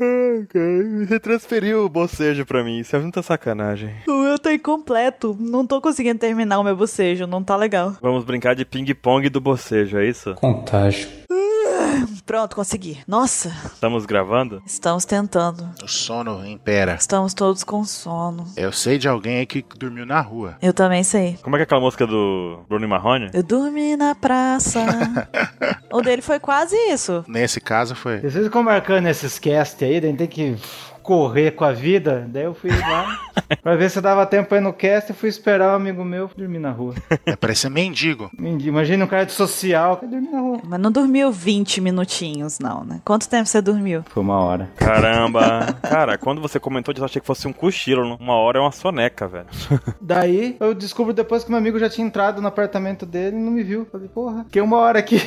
Ai, cara, Você transferiu o bocejo pra mim, isso é muita sacanagem. O meu tá incompleto. Não tô conseguindo terminar o meu bocejo, não tá legal. Vamos brincar de ping-pong do bocejo, é isso? Contágio. Pronto, consegui. Nossa, Estamos gravando? estamos tentando. O sono impera. Estamos todos com sono. Eu sei de alguém aí que dormiu na rua. Eu também sei. Como é que é aquela música do Bruno e Marrone? Eu dormi na praça. o dele foi quase isso. Nesse caso foi. Vocês ficam marcando esses cast aí, daí tem que correr com a vida. Daí eu fui lá pra ver se dava tempo aí no cast e fui esperar um amigo meu dormir na rua. É parecer mendigo. Mendigo, Imagina um cara de social que dormir na rua. Mas não dormiu 20 minutinhos, não, né? Quanto tempo você dormiu? Foi uma hora. Caramba! Cara, quando você comentou disso, eu achei que fosse um cochilo. Uma hora é uma soneca, velho. Daí eu descubro depois que meu amigo já tinha entrado no apartamento dele e não me viu. Falei, porra, fiquei uma hora aqui.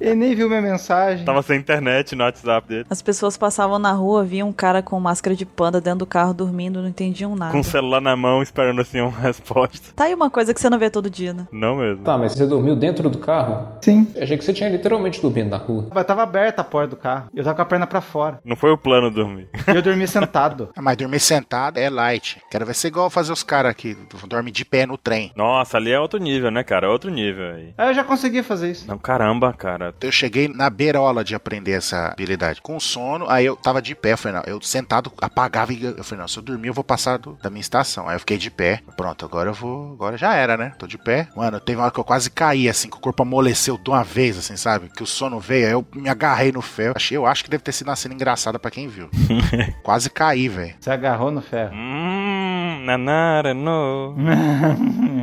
Ele nem viu minha mensagem. Tava sem internet no WhatsApp dele. As pessoas passavam na rua, viam um cara com máscara de panda dentro do carro dormindo, não entendiam nada. Com o celular na mão, esperando assim uma resposta. Tá aí uma coisa que você não vê todo dia, né? Não mesmo. Tá, mas você dormiu dentro do carro? Sim. Eu achei que você tinha literalmente dormido na rua. Mas tava aberta a porta do carro. Eu tava com a perna pra fora. Não foi o plano dormir. E eu dormi sentado. Ah, Mas dormir sentado é light. Quero ver se é igual fazer os caras aqui. Dorme de pé no trem. Nossa, ali é outro nível, né, cara? É outro nível aí. Aí eu já consegui fazer isso. Não, caramba, cara. Eu cheguei na beirola de aprender essa habilidade. Com sono, aí eu tava de pé. Eu falei, não, eu sentado, apagava e eu falei, não, se eu dormir eu vou passar do- da minha estação. Aí eu fiquei de pé. Pronto, agora eu vou. Agora já era, né? Tô de pé. Mano, teve uma hora que eu quase caí, assim, que o corpo amoleceu de uma vez, assim, sabe? Que o sono veio, aí eu me agarrei no ferro. Achei, eu acho que deve ter sido uma cena engraçada pra quem viu. quase caí, velho. Você agarrou no ferro. Hum, nanara, no.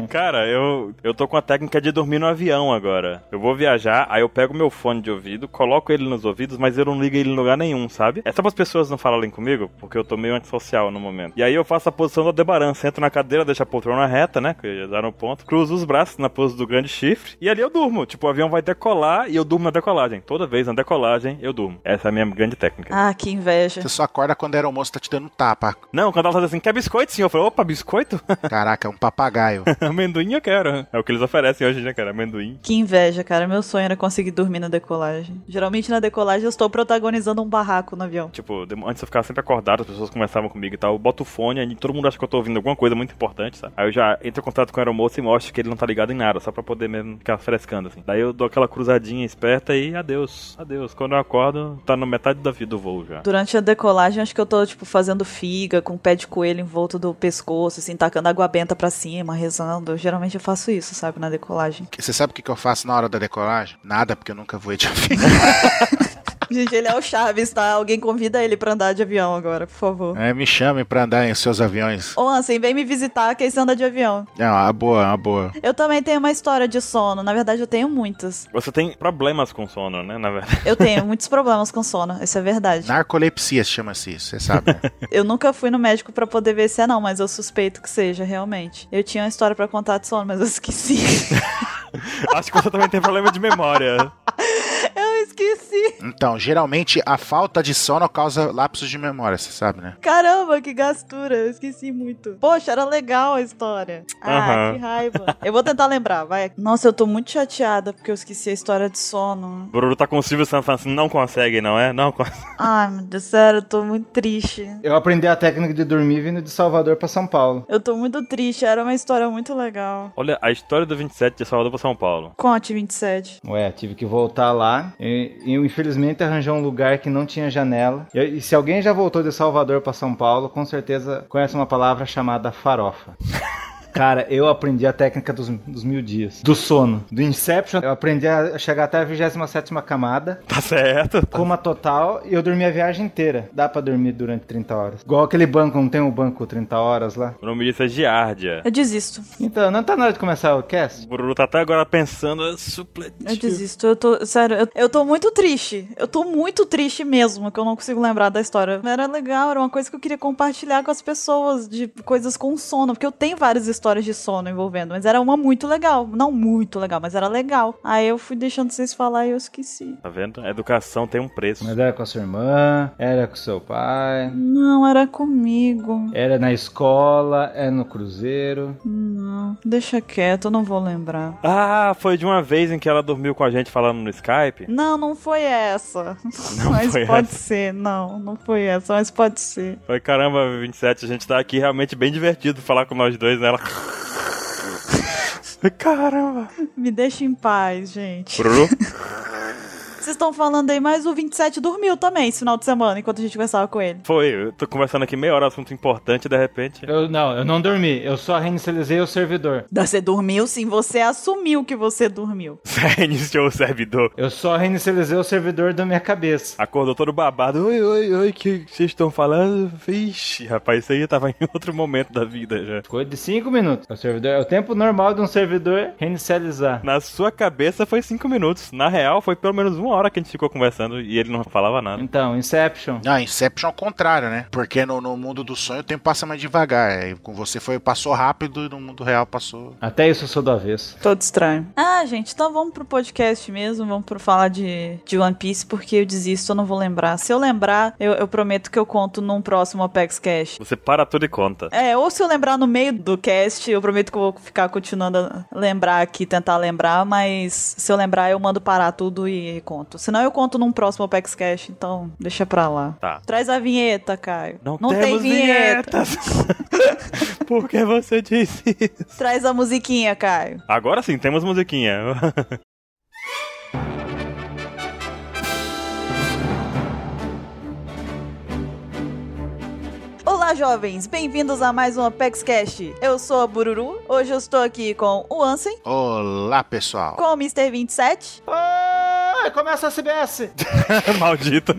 Cara, eu, eu tô com a técnica de dormir no avião agora. Eu vou viajar, aí eu pego meu fone de ouvido, coloco ele nos ouvidos, mas eu não ligo ele em lugar nenhum, sabe? É só as pessoas não falarem comigo, porque eu tô meio antissocial no momento. E aí eu faço a posição do Aldebaran, sento na cadeira, deixo a poltrona reta, né, que eu ia dar no ponto, cruzo os braços na pose do grande chifre, e ali eu durmo. Tipo, o avião vai decolar e eu durmo na decolagem. Toda vez na decolagem, eu durmo. Essa é a minha grande técnica. Ah, que inveja. Você só acorda quando era almoço tá te dando tapa. Não, quando ela fala assim, quer biscoito, senhor? Eu falo, opa, biscoito? Caraca, é um papagaio. Amendoim eu quero. É o que eles oferecem hoje, né, cara? Amendoim. Que inveja, cara. Meu sonho era conseguir dormir na decolagem. Geralmente na decolagem eu estou protagonizando um barraco no avião. Tipo, dem- antes eu ficava sempre acordado, as pessoas conversavam comigo e tal. Eu boto o fone, aí todo mundo acha que eu tô ouvindo alguma coisa muito importante, sabe? Aí eu já entro em contato com o aeromoço e mostro que ele não tá ligado em nada, só pra poder mesmo ficar frescando, assim. Daí eu dou aquela cruzadinha esperta e adeus, adeus. Quando eu acordo, tá na metade da vida do voo já. Durante a decolagem, acho que eu tô, tipo, fazendo figa, com o pé de coelho em volta do pescoço, assim, tacando água benta pra cima, rezando. Eu, geralmente eu faço isso, sabe, na decolagem. Você sabe o que, que eu faço na hora da decolagem? Nada, porque eu nunca voei de avião. Gente, ele é o Chaves, tá? Alguém convida ele pra andar de avião agora, por favor. É, me chamem pra andar em seus aviões. Ô, Ansem, vem me visitar, que aí você anda de avião. É uma boa, é uma boa. Eu também tenho uma história de sono. Na verdade, eu tenho muitas. Você tem problemas com sono, né? Na verdade. Eu tenho muitos problemas com sono, isso é verdade. Narcolepsia chama-se isso, você sabe. né? Eu nunca fui no médico pra poder ver se é não, mas eu suspeito que seja, realmente. Eu tinha uma história pra contar de sono, mas eu esqueci. Acho que você também tem problema de memória. eu esqueci. então, geralmente a falta de sono causa lapsos de memória, você sabe, né? Caramba, que gastura, eu esqueci muito. Poxa, era legal a história. Ah, Aham. que raiva. Eu vou tentar lembrar, vai. Nossa, eu tô muito chateada porque eu esqueci a história de sono. Bruno tá com o Silvio Santos falando assim, não consegue, não é? Não consegue. Ai, meu Deus, sério, eu tô muito triste. Eu aprendi a técnica de dormir vindo de Salvador pra São Paulo. Eu tô muito triste, era uma história muito legal. Olha, a história do 27 de Salvador pra São Paulo. Conte, 27. Ué, tive que voltar lá. E, e eu, infelizmente, arranjei um lugar que não tinha janela. E, e se alguém já voltou de Salvador pra São Paulo, com certeza conhece uma palavra chamada farofa. Cara, eu aprendi a técnica dos, dos mil dias. Do sono. Do Inception, eu aprendi a chegar até a 27 camada, Tá certo? coma total, e eu dormi a viagem inteira. Dá pra dormir durante 30 horas. Igual aquele banco, não tem um banco 30 horas lá? O nome disso é Giardia. Eu desisto. Então, não tá na hora de começar o cast? O Bruno tá até agora pensando "Ah, supletivo. Eu desisto, eu tô. Sério, eu, eu tô muito triste. Eu tô muito triste mesmo, que eu não consigo lembrar da história. Era legal, era uma coisa que eu queria compartilhar com as pessoas, de coisas com sono, porque eu tenho várias histórias de sono envolvendo, mas era uma muito legal. Não muito legal, mas era legal. Aí eu fui deixando vocês falar e eu esqueci. Tá vendo? A educação tem um preço. Mas era com a sua irmã, era com seu pai, Não, era comigo. era na escola, era no cruzeiro. Não, deixa quieto, eu não vou lembrar. Ah, foi de uma vez em que ela dormiu com a gente falando no Skype? Não, não foi essa. Não mas foi pode ser, não, não foi essa, mas pode ser. Foi caramba, 27, a gente tá aqui realmente bem divertido falar com nós dois, né? Ela... Caramba! Me deixa em paz, gente. Brulhu. Vocês estão falando aí, mas o 27 dormiu também esse final de semana, enquanto a gente conversava com ele. Foi, eu tô conversando aqui meia hora, assunto importante, de repente. Eu não, eu não dormi, eu só reinicializei o servidor. Você dormiu sim, você assumiu que você dormiu. Você iniciou o servidor. Eu só reinicializei o servidor da minha cabeça. Acordou todo babado. Oi, oi, oi, o que que vocês estão falando? Vixe, rapaz, isso aí eu tava em outro momento da vida já. Ficou de 5 minutos. É O servidor é o tempo normal de um servidor reinicializar. Na sua cabeça foi cinco minutos. Na real, foi pelo menos uma hora que a gente ficou conversando e ele não falava nada. Então, Inception. Ah, Inception é o contrário, né? Porque no, no mundo do sonho o tempo passa mais devagar. É, com você foi, passou rápido e no mundo real passou. Até isso eu sou do avesso. Todo estranho. Ah, gente, então vamos pro podcast mesmo, vamos pro falar de, de One Piece, porque eu desisto, eu não vou lembrar. Se eu lembrar, eu, eu prometo que eu conto num próximo Apex Cash. Você para tudo e conta. É, ou se eu lembrar no meio do cast, eu prometo que eu vou ficar continuando a lembrar aqui, tentar lembrar, mas se eu lembrar, eu mando parar tudo e conto. Senão eu conto num próximo Apex Cash, então deixa pra lá. Tá. Traz a vinheta, Caio. temos vinhetas. Por que você disse isso? Traz a musiquinha, Caio. Agora sim, temos musiquinha. Olá, jovens! Bem-vindos a mais um Apex Cash. Eu sou a Bururu. Hoje eu estou aqui com o Ansem, Olá, pessoal. com o Mr. 27, Oi, começa a CBS! Maldita.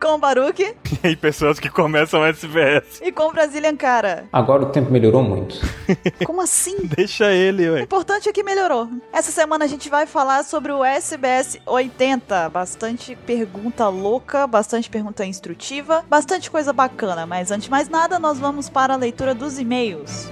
com o Baruque Tem pessoas que começam SBS. e com o Brazilian Cara. Agora o tempo melhorou muito. Como assim? Deixa ele, O ué. importante é que melhorou. Essa semana a gente vai falar sobre o SBS 80. Bastante pergunta louca, bastante pergunta instrutiva, bastante coisa bacana. Mas antes de mais nada, nós vamos para a leitura dos e-mails.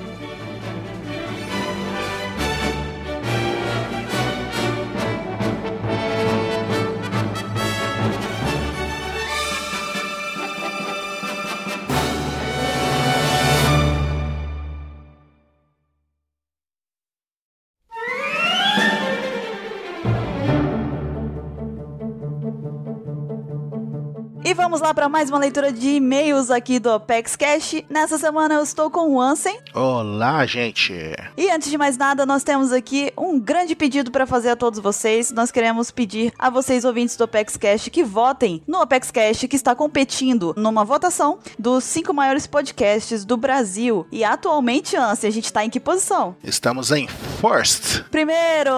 E vamos lá para mais uma leitura de e-mails aqui do Apex Cash. Nessa semana eu estou com o Ansem. Olá, gente. E antes de mais nada, nós temos aqui um grande pedido para fazer a todos vocês. Nós queremos pedir a vocês, ouvintes do Apex Cash, que votem no Apex Cash, que está competindo numa votação dos cinco maiores podcasts do Brasil. E atualmente, Anse, a gente está em que posição? Estamos em First. Primeiro,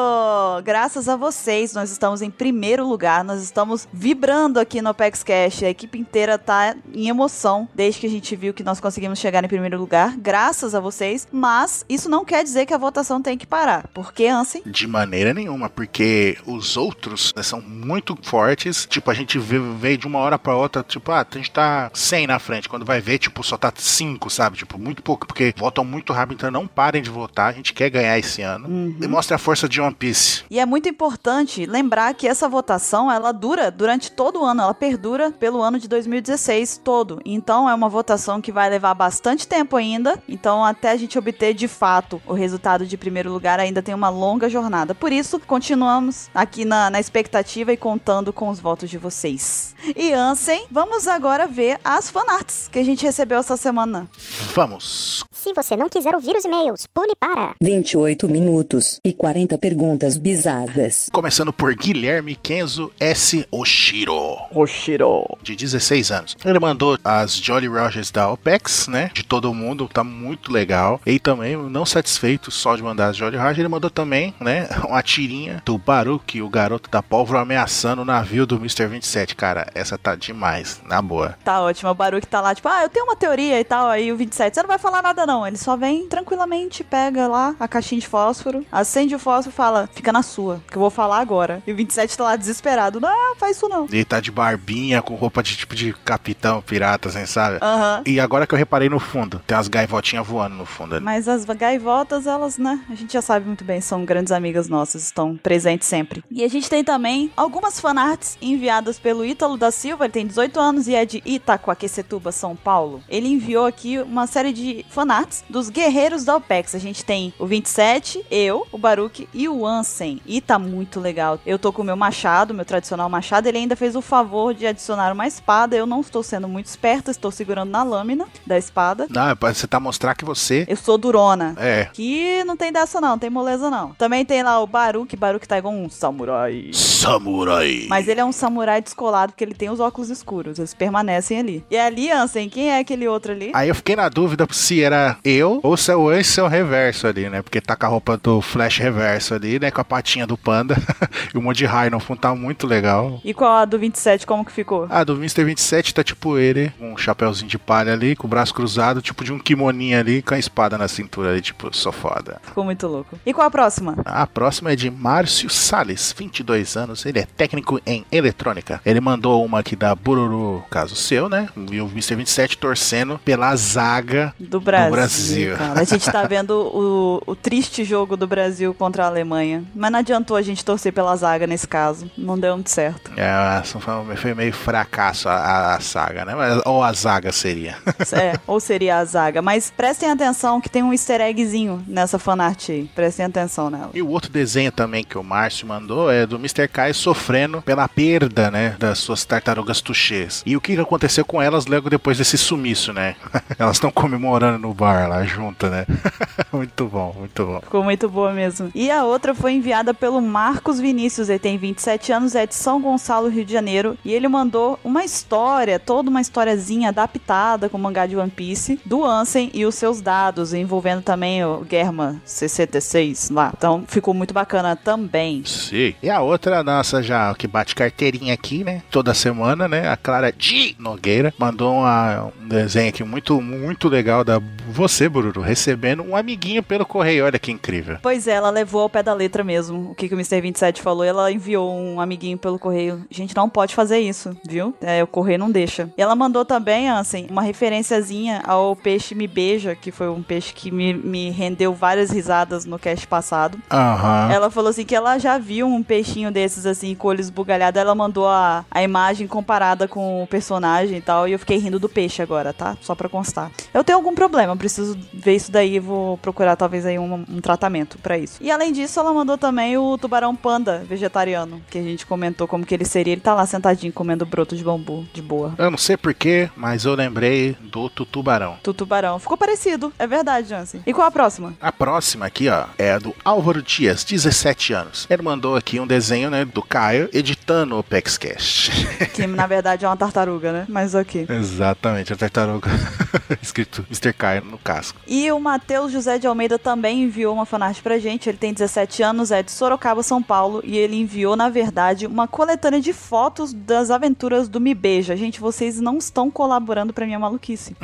graças a vocês, nós estamos em primeiro lugar, nós estamos vibrando aqui no Apex Cash, a equipe inteira tá em emoção desde que a gente viu que nós conseguimos chegar em primeiro lugar, graças a vocês, mas isso não quer dizer que a votação tem que parar, porque Ansem, De maneira nenhuma, porque os outros né, são muito fortes. Tipo, a gente vê- veio de uma hora pra outra, tipo, ah, a gente tá 100 na frente. Quando vai ver, tipo, só tá 5, sabe? Tipo, muito pouco, porque votam muito rápido, então não parem de votar. A gente quer ganhar esse ano. Demonstra a força de One Piece. E é muito importante lembrar que essa votação, ela dura durante todo o ano, ela perdura pelo ano de 2016 todo. Então é uma votação que vai levar bastante tempo ainda, então até a gente obter de fato o resultado de primeiro lugar ainda tem uma longa jornada. Por isso, continuamos aqui na, na expectativa e contando com os votos de vocês. E Ansem, vamos agora ver as fanarts que a gente recebeu essa semana. Vamos! Se você não quiser ouvir os e-mails, pule para. 28 minutos e 40 perguntas bizarras. Começando por Guilherme Kenzo S. Oshiro, Oshiro. de 16 anos. Ele mandou as Jolly Rogers da OPEX, né? De todo mundo, tá muito legal. E também, não satisfeito só de mandar as Jolly Rogers, ele mandou também, né? Uma tirinha do Baruque, o garoto da pólvora, ameaçando o navio do Mr. 27. Cara, essa tá demais, na boa. Tá ótimo, o Baruque tá lá, tipo, ah, eu tenho uma teoria e tal, aí o 27, você não vai falar nada não, ele só vem tranquilamente, pega lá a caixinha de fósforo, acende o fósforo e fala, fica na sua, que eu vou falar agora. E o 27 tá lá desesperado, não, faz isso não. Ele tá de barbinha, com o roupa de tipo de capitão, pirata, assim, sabe? Aham. E agora que eu reparei no fundo, tem umas gaivotinhas voando no fundo ali. Mas as gaivotas, elas, né? A gente já sabe muito bem, são grandes amigas nossas, estão presentes sempre. E a gente tem também algumas fanarts enviadas pelo Ítalo da Silva, ele tem 18 anos e é de Itacoaquecetuba, São Paulo. Ele enviou aqui uma série de fanarts dos guerreiros da OPEX. A gente tem o 27, eu, o Baruque e o Ansem. E tá muito legal. Eu tô com o meu machado, meu tradicional machado. Ele ainda fez o favor de adicionar uma espada. Eu não estou sendo muito esperta, estou segurando na lâmina da espada. Não, é pra você tá mostrar que você. Eu sou durona. É. Que não tem dessa não, não tem moleza não. Também tem lá o Baruque, Baruque tá igual um samurai. Samurai. Mas ele é um samurai descolado, porque ele tem os óculos escuros, eles permanecem ali. E ali, Ansem, quem é aquele outro ali? Aí eu fiquei na dúvida se era eu ou se é o Ace ou o reverso ali, né? Porque tá com a roupa do Flash reverso ali, né? Com a patinha do panda e um monte de raio no fundo tá muito legal. E qual a do 27, como que ficou? Ah, do Mr. 27 tá tipo ele, com um chapéuzinho de palha ali, com o braço cruzado, tipo de um kimoninho ali, com a espada na cintura ali, tipo, só foda. Ficou muito louco. E qual a próxima? A próxima é de Márcio Salles, 22 anos, ele é técnico em eletrônica. Ele mandou uma aqui da Bururu, caso seu, né? E o Mr. 27 torcendo pela zaga Do Brasil. Brasil. cara. A gente tá vendo o, o triste jogo do Brasil contra a Alemanha. Mas não adiantou a gente torcer pela zaga nesse caso. Não deu muito certo. É, essa foi, foi meio fracasso a- a, a saga, né? Mas- ou a zaga seria. É, ou seria a zaga. Mas prestem atenção que tem um easter eggzinho nessa fanart aí. Prestem atenção nela. e o outro desenho também que o Márcio mandou é do Mr. Kai sofrendo pela perda, né? Das suas tartarugas tuchês. E o que que aconteceu com elas logo depois desse sumiço, né? elas estão comemorando no bar lá, junto, né? muito bom, muito bom. Ficou muito boa mesmo. E a outra foi enviada pelo Marcos Vinícius, ele tem 27 anos, é de São Gonçalo, Rio de Janeiro, e ele mandou uma história, toda uma historiazinha adaptada com o mangá de One Piece, do Ansem e os seus dados, envolvendo também o Germa 66 lá. Então ficou muito bacana também. Sim. E a outra, nossa, já que bate carteirinha aqui, né? Toda semana, né? A Clara de Nogueira mandou uma- um desenho aqui muito, muito legal da você, Bururu, recebendo um amiguinho pelo correio. Olha que incrível. Pois é, ela levou ao pé da letra mesmo. O que, que o Mr. 27 falou, ela enviou um amiguinho pelo correio. Gente, não pode fazer isso, viu? É, o correio não deixa. E ela mandou também, assim, uma referenciazinha ao peixe Me Beija, que foi um peixe que me, me rendeu várias risadas no cast passado. Aham. Ela falou assim que ela já viu um peixinho desses, assim, com olho esbugalhado. Ela mandou a, a imagem comparada com o personagem e tal. E eu fiquei rindo do peixe agora, tá? Só pra constar. Eu tenho algum problema, preciso ver isso daí. Vou procurar talvez aí um, um tratamento pra isso. E além disso, ela mandou também o tubarão panda vegetariano, que a gente comentou como que ele seria. Ele tá lá sentadinho comendo broto de bambu, de boa. Eu não sei porquê, mas eu lembrei do Tutubarão. Do tubarão. Ficou parecido, é verdade, Jansen. E qual a próxima? A próxima aqui, ó, é a do Álvaro Dias, 17 anos. Ele mandou aqui um desenho, né, do Caio editando o PexCast. Que na verdade é uma tartaruga, né? Mas ok. Exatamente, a tartaruga. Escrito Mr. Caio no casco. E o Matheus José de Almeida também enviou uma fanart pra gente. Ele tem 17 anos, é de Sorocaba, São Paulo. E ele enviou, na verdade, uma coletânea de fotos das aventuras do Me Beija. Gente, vocês não estão colaborando pra minha maluquice.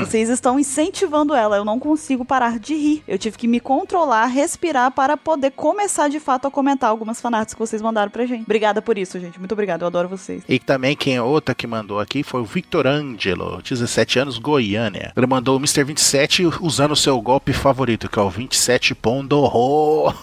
vocês estão incentivando ela. Eu não consigo parar de rir. Eu tive que me controlar, respirar para poder começar de fato a comentar algumas fanarts que vocês mandaram pra gente. Obrigada por isso, gente. Muito obrigada. Eu adoro vocês. E também quem é outra que mandou aqui foi o Victor Angelo, 17 anos, Goiânia. Ele mandou o Mr. 27 usando o seu golpe favorito, que é o 27 Pondorro.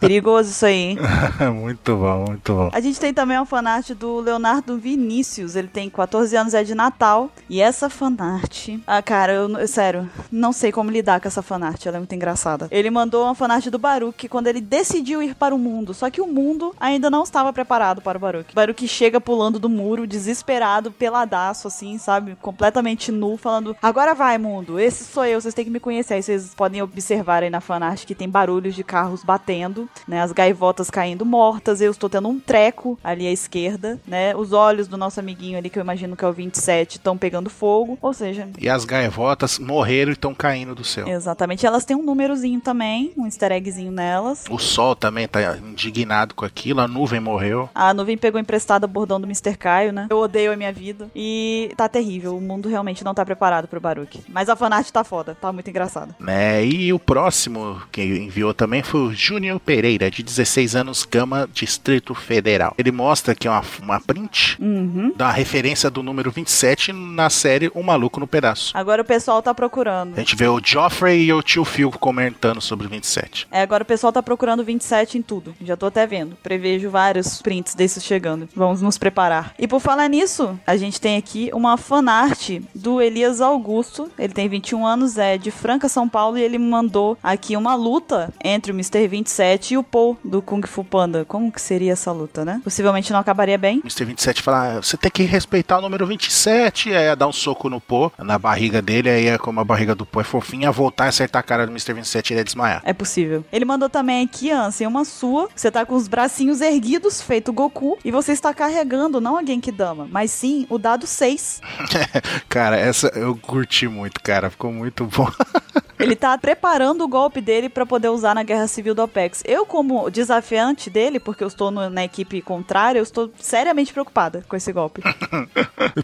Perigoso isso aí, hein? muito bom, muito bom. A gente tem também uma fanart do Leonardo Vinícius. Ele tem 14 anos, é de Natal. E essa fanart. Ah, cara, eu, eu- sério, não sei como lidar com essa fanart. Ela é muito engraçada. Ele mandou uma fanart do Baruque quando ele decidiu ir para o mundo. Só que o mundo ainda não estava preparado para o Baruque. Baruque chega pulando do muro, desesperado, peladaço, assim, sabe? Completamente nu, falando: Agora vai, mundo. Esse sou eu, vocês têm que me conhecer. Aí vocês podem observar aí na fanart que tem barulhos de carros batendo, né? As gaivotas caindo mortas. Eu estou tendo um treco ali à esquerda, né? Os olhos do nosso amiguinho ali, que eu imagino que é o 27, estão pegando fogo. Ou seja, E as gaivotas morreram e estão caindo do céu. exatamente. Elas têm um númerozinho também, um easter eggzinho nelas. O sol também tá indignado com aquilo, a nuvem morreu. A nuvem pegou emprestado o bordão do Mr. Caio, né? Eu odeio a minha vida. E tá terrível. O mundo realmente não tá preparado pro Baruque. Mas a fanart tá foda. Tá muito engraçada. Né? E o próximo que enviou também foi o Júnior Pereira, de 16 anos, Gama, Distrito Federal. Ele mostra aqui uma, uma print Uhum. da referência do número 27 na série Um Maluco no Pedaço. Agora o pessoal tá procurando. A gente vê o Joffrey e o tio Phil comentando sobre o 27. É, agora o pessoal tá procurando 27 em tudo. Já tô até vendo. Prevejo vários prints desses chegando. Vamos nos preparar. E por falar nisso, a gente tem aqui uma fanart do Elias Augusto. Ele tem 21 anos, é de Franca, São Paulo, e ele mandou aqui uma luta entre o Mr. 27 e o Paul do Kung Fu Panda. Como que seria essa luta, né? Possivelmente não acabaria bem. O Mr. 27 fala: "Ah, você tem que respeitar o número 27. Aí ia dar um soco no Pô, na barriga dele. Aí, é como a barriga do Pô é fofinha, ia voltar e acertar a cara do Mr. 27 ele ia desmaiar. É possível. Ele mandou também aqui, Ansem, uma sua. Você tá com os bracinhos erguidos, feito Goku, e você está carregando não a Genkidama, mas sim o dado 6. Cara, essa eu curti muito, cara. Ficou muito bom. Ele tá preparando o golpe dele pra poder usar na Guerra Civil do Apex. Eu, como desafiante dele, porque eu estou no- na equipe contrária, eu estou seriamente preocupada com esse golpe.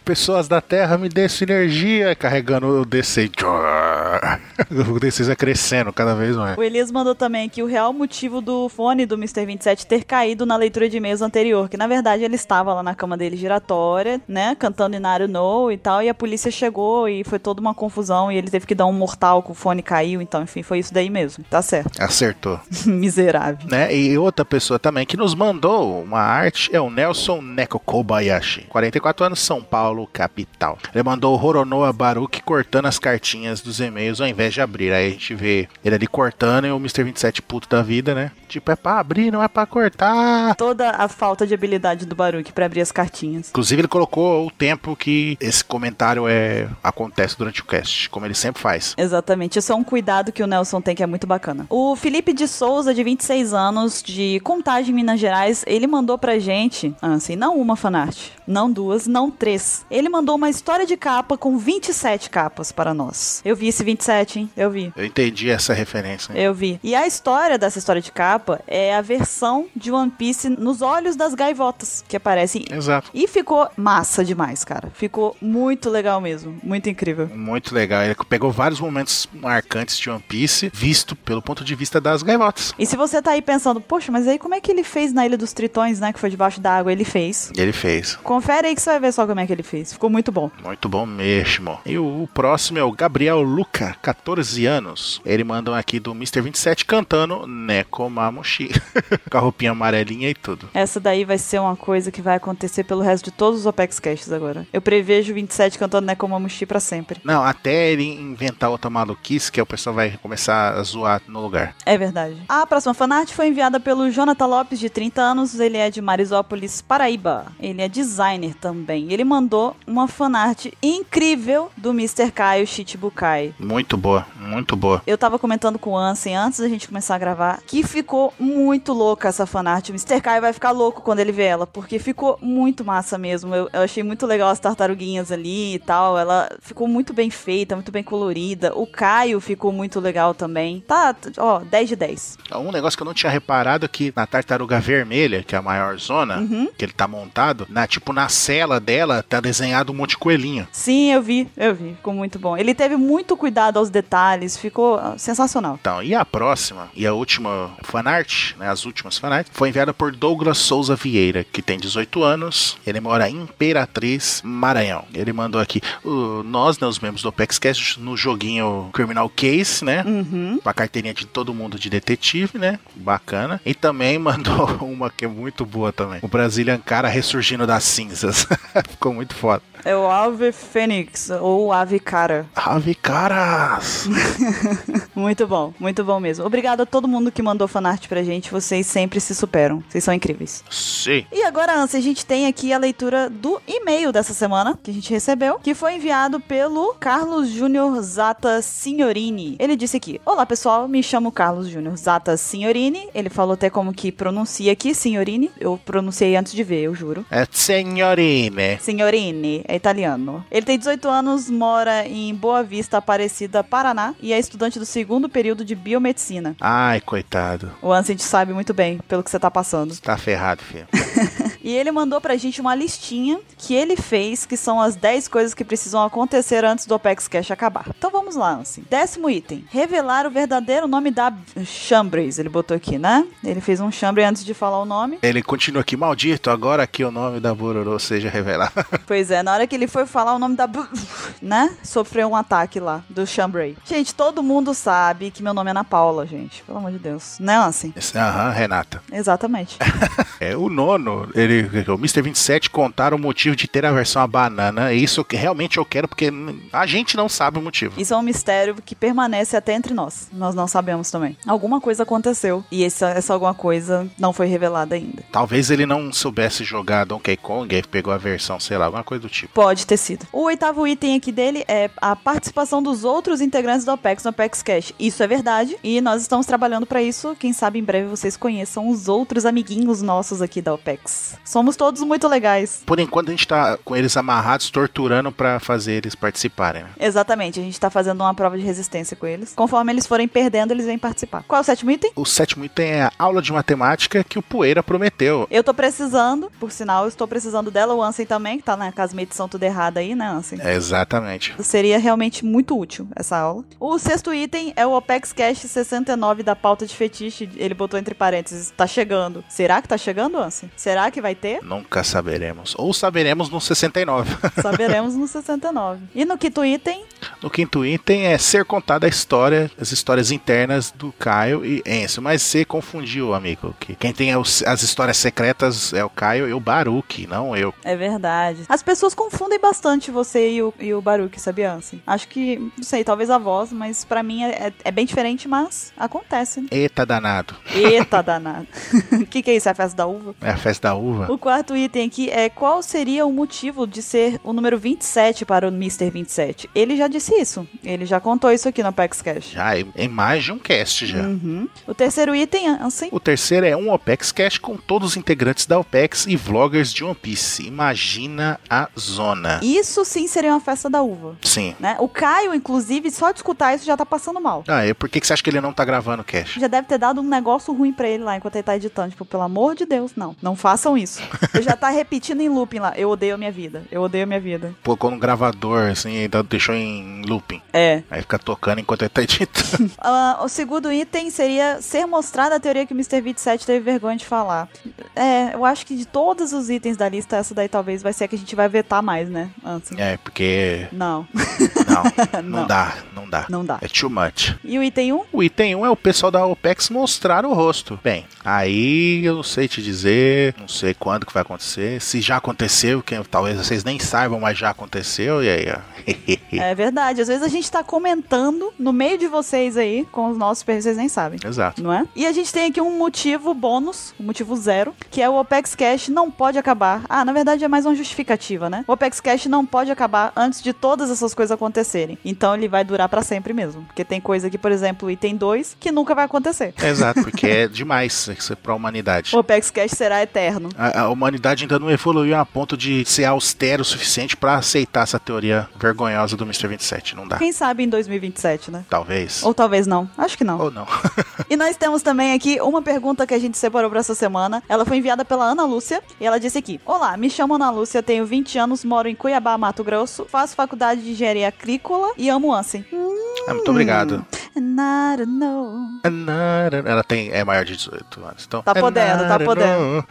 Pessoas da Terra, me dê sinergia. Carregando o D6. O D6 é crescendo cada vez mais. O Elias mandou também aqui o real motivo do fone do Mr. 27 ter caído na leitura de e-mails anterior, que na verdade ele estava lá na cama dele giratória, né, cantando Inário No e tal, e a polícia chegou e foi toda uma confusão e ele teve que dar um mortal que o fone caiu, então enfim, foi isso daí mesmo. Tá certo. Acertou. Miserável. Né? E outra pessoa também que nos mandou uma arte é o Nelson Neko Kobayashi, 44 anos, São Paulo, capital. Ele mandou o Horonoa Baruki cortando as cartinhas dos e-mails ao invés de abrir. Aí a gente vê ele ali cortando e o Mr. 27 puto da vida, né? Tipo, é pra abrir, não é pra cortar. Toda a falta de habilidade do Baruque pra abrir as cartinhas. Inclusive, ele colocou o tempo que esse comentário é acontece durante o cast, como ele sempre faz. Exatamente, isso é um cuidado que o Nelson tem que é muito bacana. O Felipe de Souza, de 26 anos, de Contagem, Minas Gerais, ele mandou pra gente, assim, não uma fanart, não duas, não três. Ele mandou uma história de capa com 27 capas para nós. Eu vi esse 27, hein? Eu vi. Eu entendi essa referência. hein? Eu vi. E a história dessa história de capa é a versão de One Piece nos olhos das gaivotas que aparecem. Exato. E ficou massa demais, cara. Ficou muito legal mesmo. Muito incrível. Muito legal. Ele pegou vários momentos marcantes de One Piece, visto pelo ponto de vista das gaivotas. E se você tá aí pensando, poxa, mas aí como é que ele fez na Ilha dos Tritões, né? Que foi debaixo da água, ele fez. Ele fez. Confere aí que você vai ver só como é que ele fez. Ficou muito bom. Muito bom mesmo. E o, o próximo é o Gabriel Luca, 14 anos. Ele manda um aqui do Mr. 27 cantando Nekomamushi. Com a roupinha amarelinha e tudo. Essa daí vai ser uma coisa que vai acontecer pelo resto de todos os Opex Casts agora. Eu prevejo o 27 cantando Nekomamushi pra sempre. Não, até ele inventar outra maluquice que o pessoal vai começar a zoar no lugar. É verdade. A próxima fanart foi enviada pelo Jonathan Lopes, de 30 anos. Ele é de Marisópolis, Paraíba. Ele é designer também. Ele mandou uma fanart incrível do Mr. Caio Shichibukai. Muito boa, muito boa. Eu tava comentando com o Ansem antes da gente começar a gravar que ficou muito louca essa fanart. O Mr. Kai vai ficar louco quando ele vê ela, porque ficou muito massa mesmo. Eu, eu achei muito legal as tartaruguinhas ali e tal. Ela ficou muito bem feita, muito bem colorida. O Caio ficou muito legal também. Tá, t- ó, 10 de 10. Um negócio que eu não tinha reparado é que na tartaruga vermelha, que é a maior zona, que ele tá montado, na tipo na cela dela tá desenhado um monte de coelhinho. Sim, eu vi, eu vi. Ficou muito bom. Ele teve muito cuidado aos detalhes, ficou ah, sensacional. Então, e a próxima, e a última fanart, né, as últimas fanarts, foi enviada por Douglas Souza Vieira, que tem 18 anos, ele mora em Imperatriz, Maranhão. Ele mandou aqui, o- nós, né, os membros do OpexCast, no joguinho Criminal Case, né, Uhum. com a carteirinha de todo mundo de detetive, né? Bacana. E também mandou uma que é muito boa também. O Brazilian Cara ressurgindo das cinzas. Ficou muito foda. É o Ave Fênix, ou Ave Cara. Ave Caras! Muito bom, muito bom mesmo. Obrigado a todo mundo que mandou fanart pra gente. Vocês sempre se superam. Vocês são incríveis. Sim. E agora, Anse, a gente tem aqui a leitura do e-mail dessa semana que a gente recebeu, que foi enviado pelo Carlos Júnior Zata Signorini. Ele disse aqui: Olá pessoal, me chamo Carlos Júnior Zata Signorini. Ele falou até como que pronuncia aqui, Signorini. Eu pronunciei antes de ver, eu juro. É senhorine. Signorini, é italiano. Ele tem 18 anos, mora em Boa Vista, Aparecida, Paraná, e é estudante do segundo período de biomedicina. Ai, coitado. O Ansem te sabe muito bem pelo que você tá passando. Você tá ferrado, filho. E ele mandou pra gente uma listinha que ele fez, que são as 10 coisas que precisam acontecer antes do Opex Cash acabar. Então vamos lá, Ansem. Décimo item: revelar o verdadeiro nome da Chambres. Ele botou aqui, né? Ele fez um chambre antes de falar o nome. Ele continua aqui, maldito, agora que o nome da Bororô seja revelado. Pois é, na hora que ele foi falar o nome da. bu- né? Sofreu um ataque lá do Chambray. Gente, todo mundo sabe que meu nome é Ana Paula, gente. Pelo amor de Deus. Né, assim? Esse- Aham, Renata. Exatamente. É, o nono, ele, o Mr. 27 contaram o motivo de ter a versão a banana. E isso que realmente eu quero, porque n- a gente não sabe o motivo. Isso é um mistério que permanece até entre nós. Nós não sabemos também. Alguma coisa aconteceu e esse- essa alguma coisa não foi revelada ainda. Talvez ele não soubesse jogar Donkey Kong, aí pegou a versão, sei lá, alguma coisa do tipo. Pode ter sido. O oitavo item aqui dele é a participação dos outros integrantes do OPEX no OPEX Cash. Isso é verdade e nós estamos trabalhando pra isso. Quem sabe em breve vocês conheçam os outros amiguinhos nossos aqui da OPEX. Somos todos muito legais. Por enquanto a gente tá com eles amarrados, torturando pra fazer eles participarem. né? Exatamente, a gente tá fazendo uma prova de resistência com eles. Conforme eles forem perdendo, eles vêm participar. Qual é o sétimo item? O sétimo item é a aula de matemática que o Poeira prometeu. Eu tô precisando, por sinal, eu estou precisando dela, o Ansem também, que tá na casa medição tudo errada aí, né, Ansem? É, exatamente. Seria realmente muito útil essa aula. O sexto item é o OPEX Cash 69 da pauta de fetiche. Ele botou entre parênteses, tá chegando. Será que tá chegando, Ansem? Será que vai ter? Nunca saberemos. Ou saberemos no 69. Saberemos no 69. E no quinto item, No quinto item é ser contada a história, as histórias internas do Caio e Enzo. Mas você confundiu, amigo. Que quem tem os- as histórias secretas é o Caio e o Baruque, não eu. é verdade. As pessoas confundem bastante você e o, e o Baruque, sabia, Ansem? Acho que, não sei, talvez a voz, mas pra mim é, é- é bem diferente, mas acontece, né? Eita danado. Eita, danado. O que, que é isso? É a festa da uva? É a festa da uva. O quarto item aqui é qual seria o motivo de ser o número 27 para o Mr. 27? Ele já disse isso. Ele já contou isso aqui no Apex Cash. Já é, é mais de um cast já. Uhum. O terceiro item, assim, O terceiro é um OPEX Cash com todos os integrantes da OPEX e vloggers de One Piece. Imagina a zona. isso sim seria uma festa da uva. Sim. Né? O Caio, inclusive, só de escutar isso já tá passando mal. Ah, e por que que você acha que ele não tá gravando cast? Já deve ter dado um negócio ruim pra ele lá enquanto ele tá editando. Tipo, pelo amor de Deus, não. Não façam isso. Ele já tá repetindo em looping lá. Eu odeio a minha vida. Eu odeio a minha vida. Colocou no gravador, assim, e deixou em looping. É. Aí fica tocando enquanto ele tá editando. Ah, o segundo item seria ser mostrada a teoria que o Mr. 27 teve vergonha de falar. É, eu acho que de todos os itens da lista, essa daí talvez vai ser a que a gente vai vetar mais, né? Antes. é, porque Não, Não, não, Não. dá, não dá. não dá. É too much. E o item 1? O item 1 é o pessoal da OPEX mostrar o rosto. Bem, aí eu não sei te dizer, não sei quando que vai acontecer. Se já aconteceu, que talvez vocês nem saibam, mas já aconteceu. E aí, ó. É verdade. Às vezes a gente tá comentando no meio de vocês aí com os nossos perfis, vocês nem sabem. Exato. Não é? E a gente tem aqui um motivo bônus, um motivo zero, que é o OPEX Cash não pode acabar. Ah, na verdade é mais uma justificativa, né? O OPEX Cash não pode acabar antes de todas essas coisas acontecerem. Então ele vai durar pra sempre mesmo. Porque tem coisa que, por exemplo, item 2, que nunca vai acontecer. Exato, porque é demais isso é pra humanidade. O OPEX Cash será eterno. A, a humanidade ainda não evoluiu a ponto de ser austero o suficiente pra aceitar essa teoria vergonhosa do Mr. 27. Não dá. Quem sabe em 2027, né? Talvez. Ou talvez não. Acho que não. Ou não. E nós temos também aqui uma pergunta que a gente separou pra essa semana. Ela foi enviada pela Ana Lúcia e ela disse aqui: Olá, me chamo Ana Lúcia, tenho 20 anos, moro em Cuiabá, Mato Grosso, faço faculdade de engenharia agrícola e amo Ansem. Ah, muito obrigado. Not know. Ela tem, é maior de 18 anos. Então, Tá podendo, tá podendo.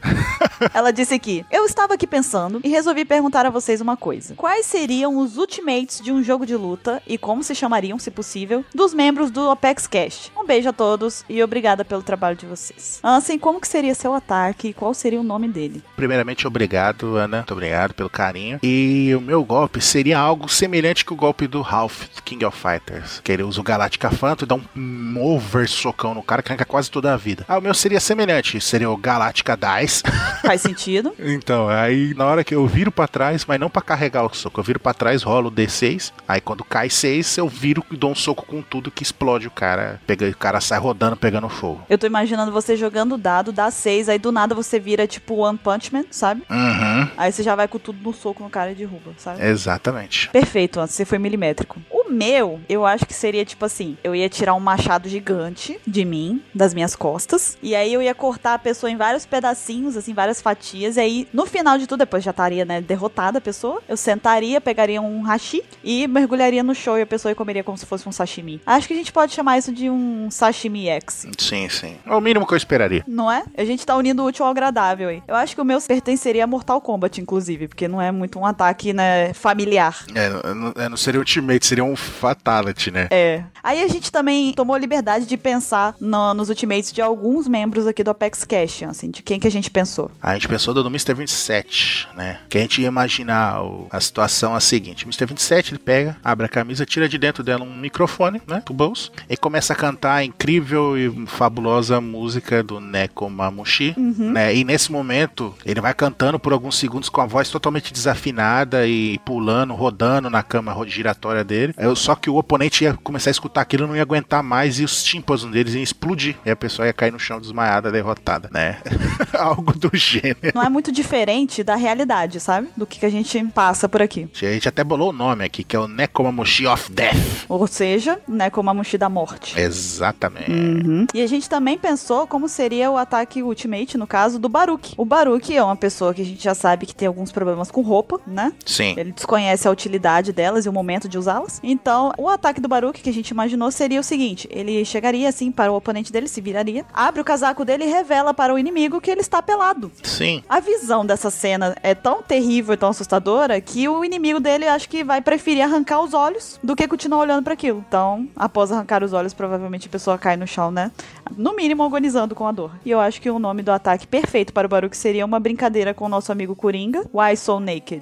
Ela disse aqui: Eu estava aqui pensando e resolvi perguntar a vocês uma coisa. Quais seriam os ultimates de um jogo de luta e como se chamariam, se possível, dos membros do Apex Cast? Um beijo a todos e obrigada pelo trabalho de vocês. Ansem, como que seria seu ataque e qual seria o nome dele? Primeiramente, obrigado, Ana. Muito obrigado pelo carinho. E o meu golpe seria algo semelhante com o golpe do Ralph, do King of Fighters. Que ele usa o Galactica Phantom e dá um over socão no cara que arranca quase toda a vida. Ah, o meu seria semelhante. Seria o Galactica Dice. Faz sentido? então, aí na hora que eu viro pra trás, mas não pra carregar o soco. Eu viro pra trás, rolo o D6. Aí quando cai 6, eu viro e dou um soco com tudo que explode o cara. Pega, o cara sai rodando, pegando fogo. Eu tô imaginando você jogando o dado, dá seis, aí do nada você vira tipo One Punch Man, sabe? Uhum. Aí você já vai com tudo no soco no cara e derruba, sabe? Exatamente. Perfeito, Anson, você foi milimétrico. O O meu, eu acho que seria tipo assim: eu ia tirar um machado gigante de mim, das minhas costas, e aí eu ia cortar a pessoa em vários pedacinhos, assim, várias fatias, e aí no final de tudo, depois já estaria, né, derrotada a pessoa, eu sentaria, pegaria um hashi e mergulharia no show e a pessoa comeria como se fosse um sashimi. Acho que a gente pode chamar isso de um sashimi ex. Sim, sim. É o mínimo que eu esperaria. Não é? A gente tá unindo o útil ao agradável aí. Eu acho que o meu pertenceria a Mortal Kombat, inclusive, porque não é muito um ataque, né, familiar. É, não- é, não seria ultimate, seria um fatality, né? É. Aí a gente também tomou a liberdade de pensar no- nos ultimates de alguns membros aqui do Apex Cash, assim, de quem que a gente pensou. A gente pensou do, do Mr. 27, né? Que a gente ia imaginar o- a situação a seguinte: o Mr. 27 ele pega, abre a camisa, tira de dentro dela um microfone, né? Do bolso, e começa a cantar a incrível e fabulosa música do Nekomamushi, né? E nesse momento ele vai cantando por alguns segundos com a voz totalmente desafinada e pulando, rodando na cama ro- giratória dele. É, Só que o oponente ia começar a escutar aquilo, não ia aguentar mais e os tímpanos deles iam explodir. E a pessoa ia cair no chão desmaiada, derrotada, né? Algo do gênero. Não é muito diferente da realidade, sabe? Do que, que a gente passa por aqui. A gente até bolou o nome aqui, que é o Nekomamushi of Death. Ou seja, né, como a mochila da morte. Exatamente. E a gente também pensou como seria o ataque ultimate, no caso, do Baruque. O Baruque é uma pessoa que a gente já sabe que tem alguns problemas com roupa, né? Sim. Ele desconhece a utilidade delas e o momento de usá-las. Então, o ataque do Baruque que a gente imaginou seria o seguinte: ele chegaria assim para o oponente dele, se viraria, abre o casaco dele e revela para o inimigo que ele está pelado. Sim. A visão dessa cena é tão terrível e tão assustadora que o inimigo dele acho que vai preferir arrancar os olhos do que continuar olhando para aquilo. Então, após arrancar os olhos, provavelmente a pessoa cai no chão, né? No mínimo agonizando com a dor. E eu acho que o nome do ataque perfeito para o Baruque seria uma brincadeira com o nosso amigo Coringa, Why So Naked.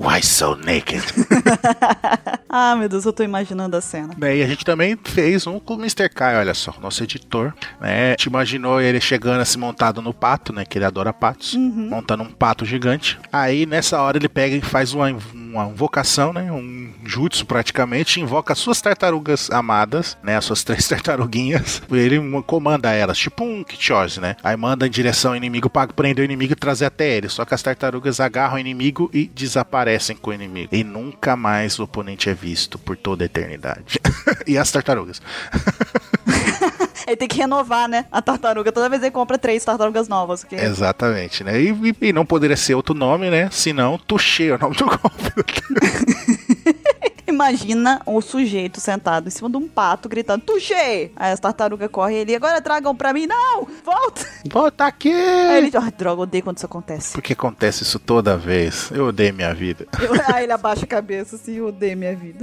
Why so naked? ah, meu Deus, eu tô imaginando a cena. Né, E a gente também fez um com o Mr. Kai, olha só, nosso editor, né? Te imaginou ele chegando assim montado no pato, né? Que ele adora patos, montando um pato gigante. Aí nessa hora ele pega e faz uma, uma invocação, né? Um jutsu praticamente, invoca as suas tartarugas amadas, né? As suas três tartaruguinhas. Ele mo- comanda elas, tipo um Kitchose, né? Aí manda em direção ao inimigo para prender o inimigo e trazer até ele. Só que as tartarugas agarram o inimigo e desaparecem com o inimigo. E nunca mais o oponente é visto por toda a eternidade. e as tartarugas. Ele tem que renovar, né? A tartaruga. Toda vez ele compra três tartarugas novas. ok? Exatamente, né? E, e- e não poderia ser outro nome, né? Senão, Tuxê é o nome do golpe. Imagina o sujeito sentado em cima de um pato gritando: Tuxê! Aí as tartarugas correm e ele, agora tragam pra mim, não! Volta! Volta aqui! Aí ele, ai, droga, odeio quando isso acontece. Por que acontece isso toda vez? Eu odeio minha vida. Eu- aí ele abaixa a cabeça assim, eu odeio minha vida.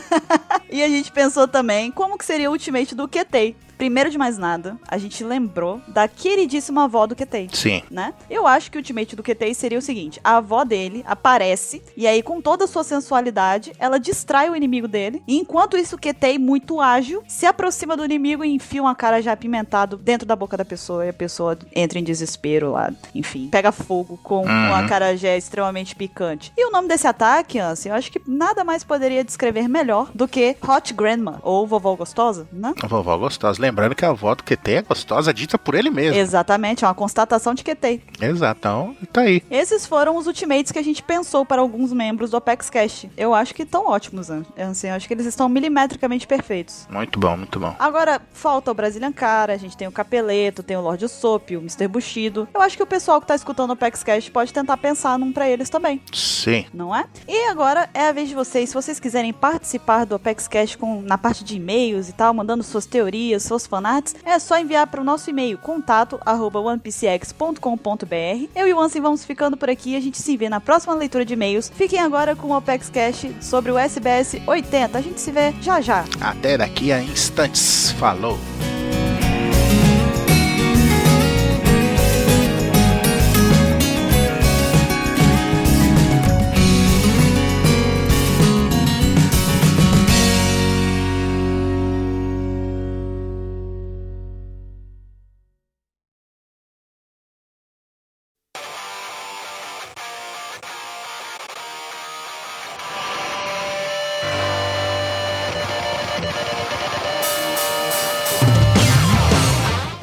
e a gente pensou também como que seria o ultimate do Ketei. Primeiro de mais nada, a gente lembrou da queridíssima avó do Ketei. Sim. né? Eu acho que o ultimate do QTI seria o seguinte: a avó dele aparece e aí, com toda a sua sensualidade, ela distrai o inimigo dele. E enquanto isso, o QTI, muito ágil, se aproxima do inimigo e enfia uma cara já apimentado dentro da boca da pessoa. E a pessoa entra em desespero lá. Enfim, pega fogo com Uhum. uma cara já extremamente picante. E o nome desse ataque, Ansi, eu acho que nada mais poderia descrever melhor do que Hot Grandma ou Vovó Gostosa, né? A vovó gostosa. Lembrando que a avó do QT é gostosa, dita por ele mesmo. Exatamente, é uma constatação de QTI. Exato. Então, tá aí. Esses foram os ultimates que a gente pensou para alguns membros do Apex Cash. Eu acho que estão ótimos, An- Ansem. Eu acho que eles estão milimetricamente perfeitos. Muito bom, muito bom. Agora, falta o Brazilian Cara, a gente tem o Capeleto, tem o Lorde Usopp, o Mr. Bushido. Eu acho que o pessoal que tá escutando o Apex Cash pode tentar pensar num pra eles também Sim. não é? E agora é a vez de vocês, se vocês quiserem participar do Apex Cash com, na parte de e-mails e tal, mandando suas teorias, seus fanarts, é só enviar para o nosso e-mail contato arroba onepcx.com.br. Eu e o Ansem vamos ficando por aqui, a gente se vê na próxima leitura de e-mails. Fiquem agora com o Apex Cash sobre o SBS 80. A gente se vê já já. Até daqui a instantes. Falou.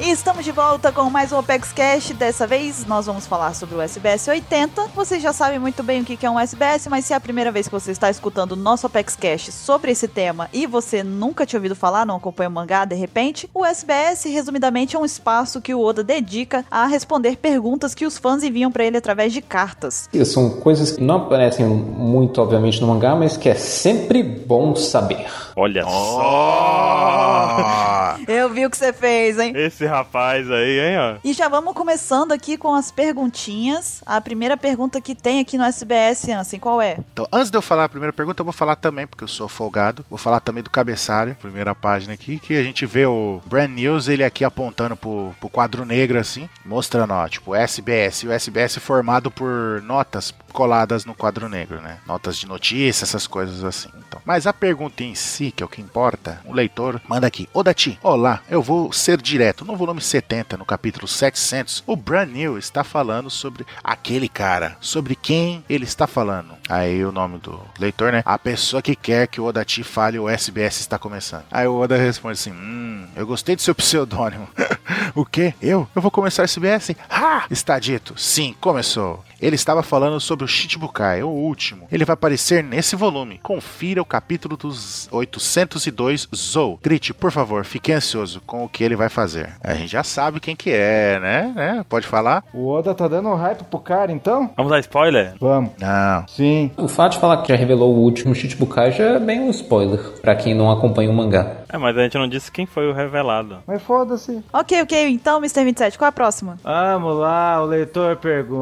estamos de volta com mais um Opex Cash. Dessa vez nós vamos falar sobre o SBS 80. Vocês já sabem muito bem o que que é um SBS, mas se é a primeira vez que você está escutando o nosso Opex Cash sobre esse tema e você nunca tinha ouvido falar, não acompanha o mangá de repente, o SBS resumidamente é um espaço que o Oda dedica a responder perguntas que os fãs enviam para ele através de cartas. São coisas que não aparecem muito, obviamente, no mangá, mas que é sempre bom saber. Olha só! Oh! Eu vi o que você fez, hein? Esse rapaz aí, hein, ó. E já vamos começando aqui com as perguntinhas. A primeira pergunta que tem aqui no SBS, Ansem, qual é? Então, antes de eu falar a primeira pergunta, eu vou falar também, porque eu sou folgado. Vou falar também do cabeçalho, primeira página aqui, que a gente vê o Brand News, ele aqui apontando pro, pro quadro negro, assim, mostrando, ó, tipo, SBS. E o SBS formado por notas coladas no quadro negro, né? Notas de notícia, essas coisas assim. Então. Mas a pergunta em si, que é o que importa, o leitor manda aqui. Ô, Dati, olá, eu vou ser direto. No volume 70, no capítulo 700, o Brand New está falando sobre aquele cara, sobre quem ele está falando. Aí o nome do leitor, né? A pessoa que quer que o Odati fale o SBS está começando. Aí o Oda responde assim, hum, eu gostei do seu pseudônimo. o quê? Eu? Eu vou começar o SBS? Ah! Está dito. Sim, começou. Ele estava falando sobre o Shichibukai, o último. Ele vai aparecer nesse volume. Confira o capítulo dos 802 Zou. Grite, por favor, fique ansioso com o que ele vai fazer. A gente já sabe quem que é, né? né? Pode falar? O Oda tá dando hype pro cara, então? Vamos dar spoiler? Vamos. Não. Sim. O fato de falar que já revelou o último Shichibukai já é bem um spoiler pra quem não acompanha o mangá. É, mas a gente não disse quem foi o revelado. Mas foda-se. Ok, ok, então, Mr. 27, qual é a próxima? Vamos lá, o leitor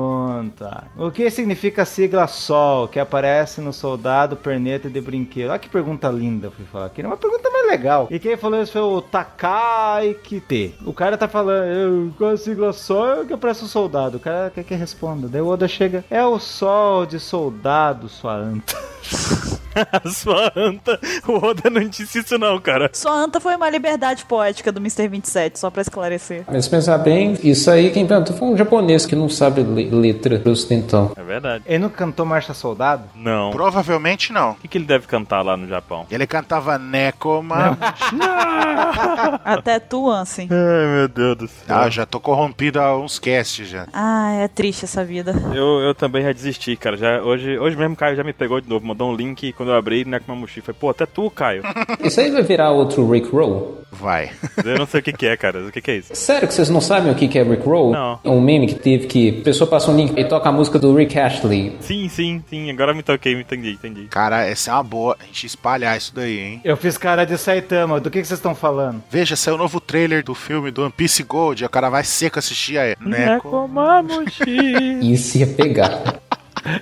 pergunta. O que significa a sigla SOL, que aparece no soldado, perneta de brinquedo? Olha que pergunta linda, fui falar aqui. É Uma pergunta mais legal. E quem falou isso foi o Takai Kite. O cara tá falando, "Eu- qual é a sigla SOL que aparece no soldado? O cara quer que responda. Daí o Oda chega, é o sol de soldado, sua anta. A sua anta. O Oda não disse isso, não, cara. Sua anta foi uma liberdade poética do Mr. 27, só pra esclarecer. Mas se pensar bem, isso aí quem perguntou foi um japonês que não sabe le letra ocidental. É verdade. Ele não cantou Marcha Soldado? Não. O Provavelmente não. que, que ele deve cantar lá no Japão? Ele cantava Necoma. Até tu, Ansem. Ai, meu Deus do céu. Ah, já tô corrompido há uns casts já. Ah, é triste essa vida. Eu, eu também já desisti, cara. Já, hoje, hoje mesmo o Caio já me pegou de novo, mandou um link e quando eu abri, né, com uma mochila. Falei, pô, até tu, Caio. Isso aí vai virar outro Rickroll? Vai. Eu não sei o que, que é, cara. O que, que é isso? Sério que vocês não sabem o que que é Rickroll? Não. É um meme que teve que a pessoa passa um link e toca a música do Rick Ashley. Sim, sim, sim. Agora me toquei, me entendi, entendi. Cara, essa é uma boa. A gente espalhar isso daí, hein? Eu fiz cara de Saitama, do que que vocês estão falando? Veja, saiu o novo trailer do filme do One Piece Gold. Aí O cara vai seco assistir aí. Neco. Nekomamushi. Isso ia pegar.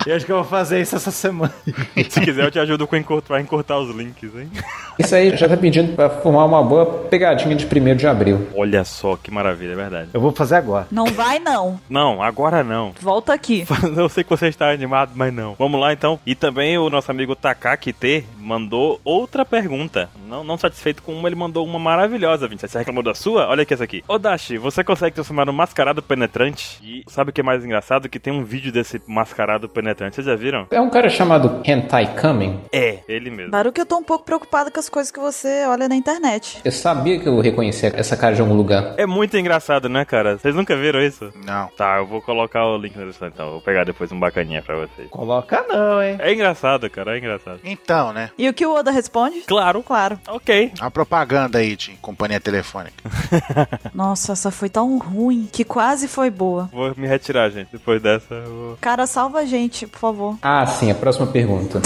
Eu acho que eu vou fazer isso essa semana. Se quiser, eu te ajudo com encurtar, a encurtar os links, hein? Isso aí já tá pedindo pra formar uma boa pegadinha de 1 de abril. Olha só, que maravilha, é verdade. Eu vou fazer agora. Não vai, não. Não, agora não. Volta aqui. Eu sei que você está animado, mas não. Vamos lá então. E também o nosso amigo Takaki T mandou outra pergunta. Não, não satisfeito com uma, ele mandou uma maravilhosa, 27. Você reclamou da sua? Olha aqui essa aqui. Odashi, você consegue transformar um mascarado penetrante? E sabe o que é mais engraçado? Que tem um vídeo desse mascarado penetrante. Vocês já viram? É um cara chamado Hentai Kamen. É, ele mesmo. Baru que eu tô um pouco preocupada com as coisas que você olha na internet. Eu sabia que eu reconhecia essa cara de algum lugar. É muito engraçado, né, cara? Vocês nunca viram isso? Não. Tá, eu vou colocar o link na descrição então. Eu Vou pegar depois um bacaninha pra vocês. Coloca não, hein? É engraçado, cara, é engraçado. Então, né? E o que o Oda responde? Claro. Claro. Ok. A propaganda aí de companhia telefônica. Nossa, essa foi tão ruim que quase foi boa. Vou me retirar, gente. Depois dessa, eu vou... Cara, salva a gente, por favor. Ah, sim, a próxima pergunta.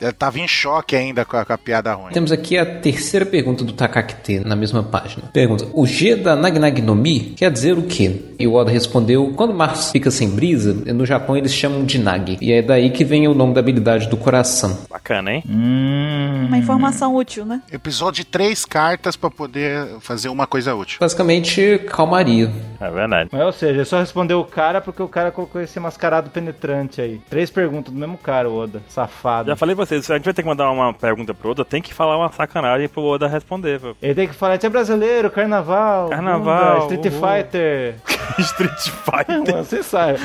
Eu tava em choque ainda com a, com a piada ruim. Temos aqui a terceira pergunta do Takakite, na mesma página. Pergunta: O G da Nagnag no Mi quer dizer o quê? E o Oda respondeu: Quando o mar fica sem brisa, no Japão eles chamam de Nag. E é daí que vem o nome da habilidade do coração. Bacana, hein? Uma informação útil, né? Episódio de três cartas pra poder fazer uma coisa útil. Basicamente, calmaria. É verdade. Mas, ou seja, ele só respondeu o cara porque o cara colocou esse mascarado penetrante aí. Três perguntas do mesmo cara, o Oda. Safado. Já falei pra vocês, a gente vai ter que mandar uma pergunta pro Oda, tem que falar uma sacanagem pro Oda responder. pô. Ele tem que falar, a gente é brasileiro, carnaval. Carnaval, bunda, Street uhul. Fighter. Street Fighter. Você sabe.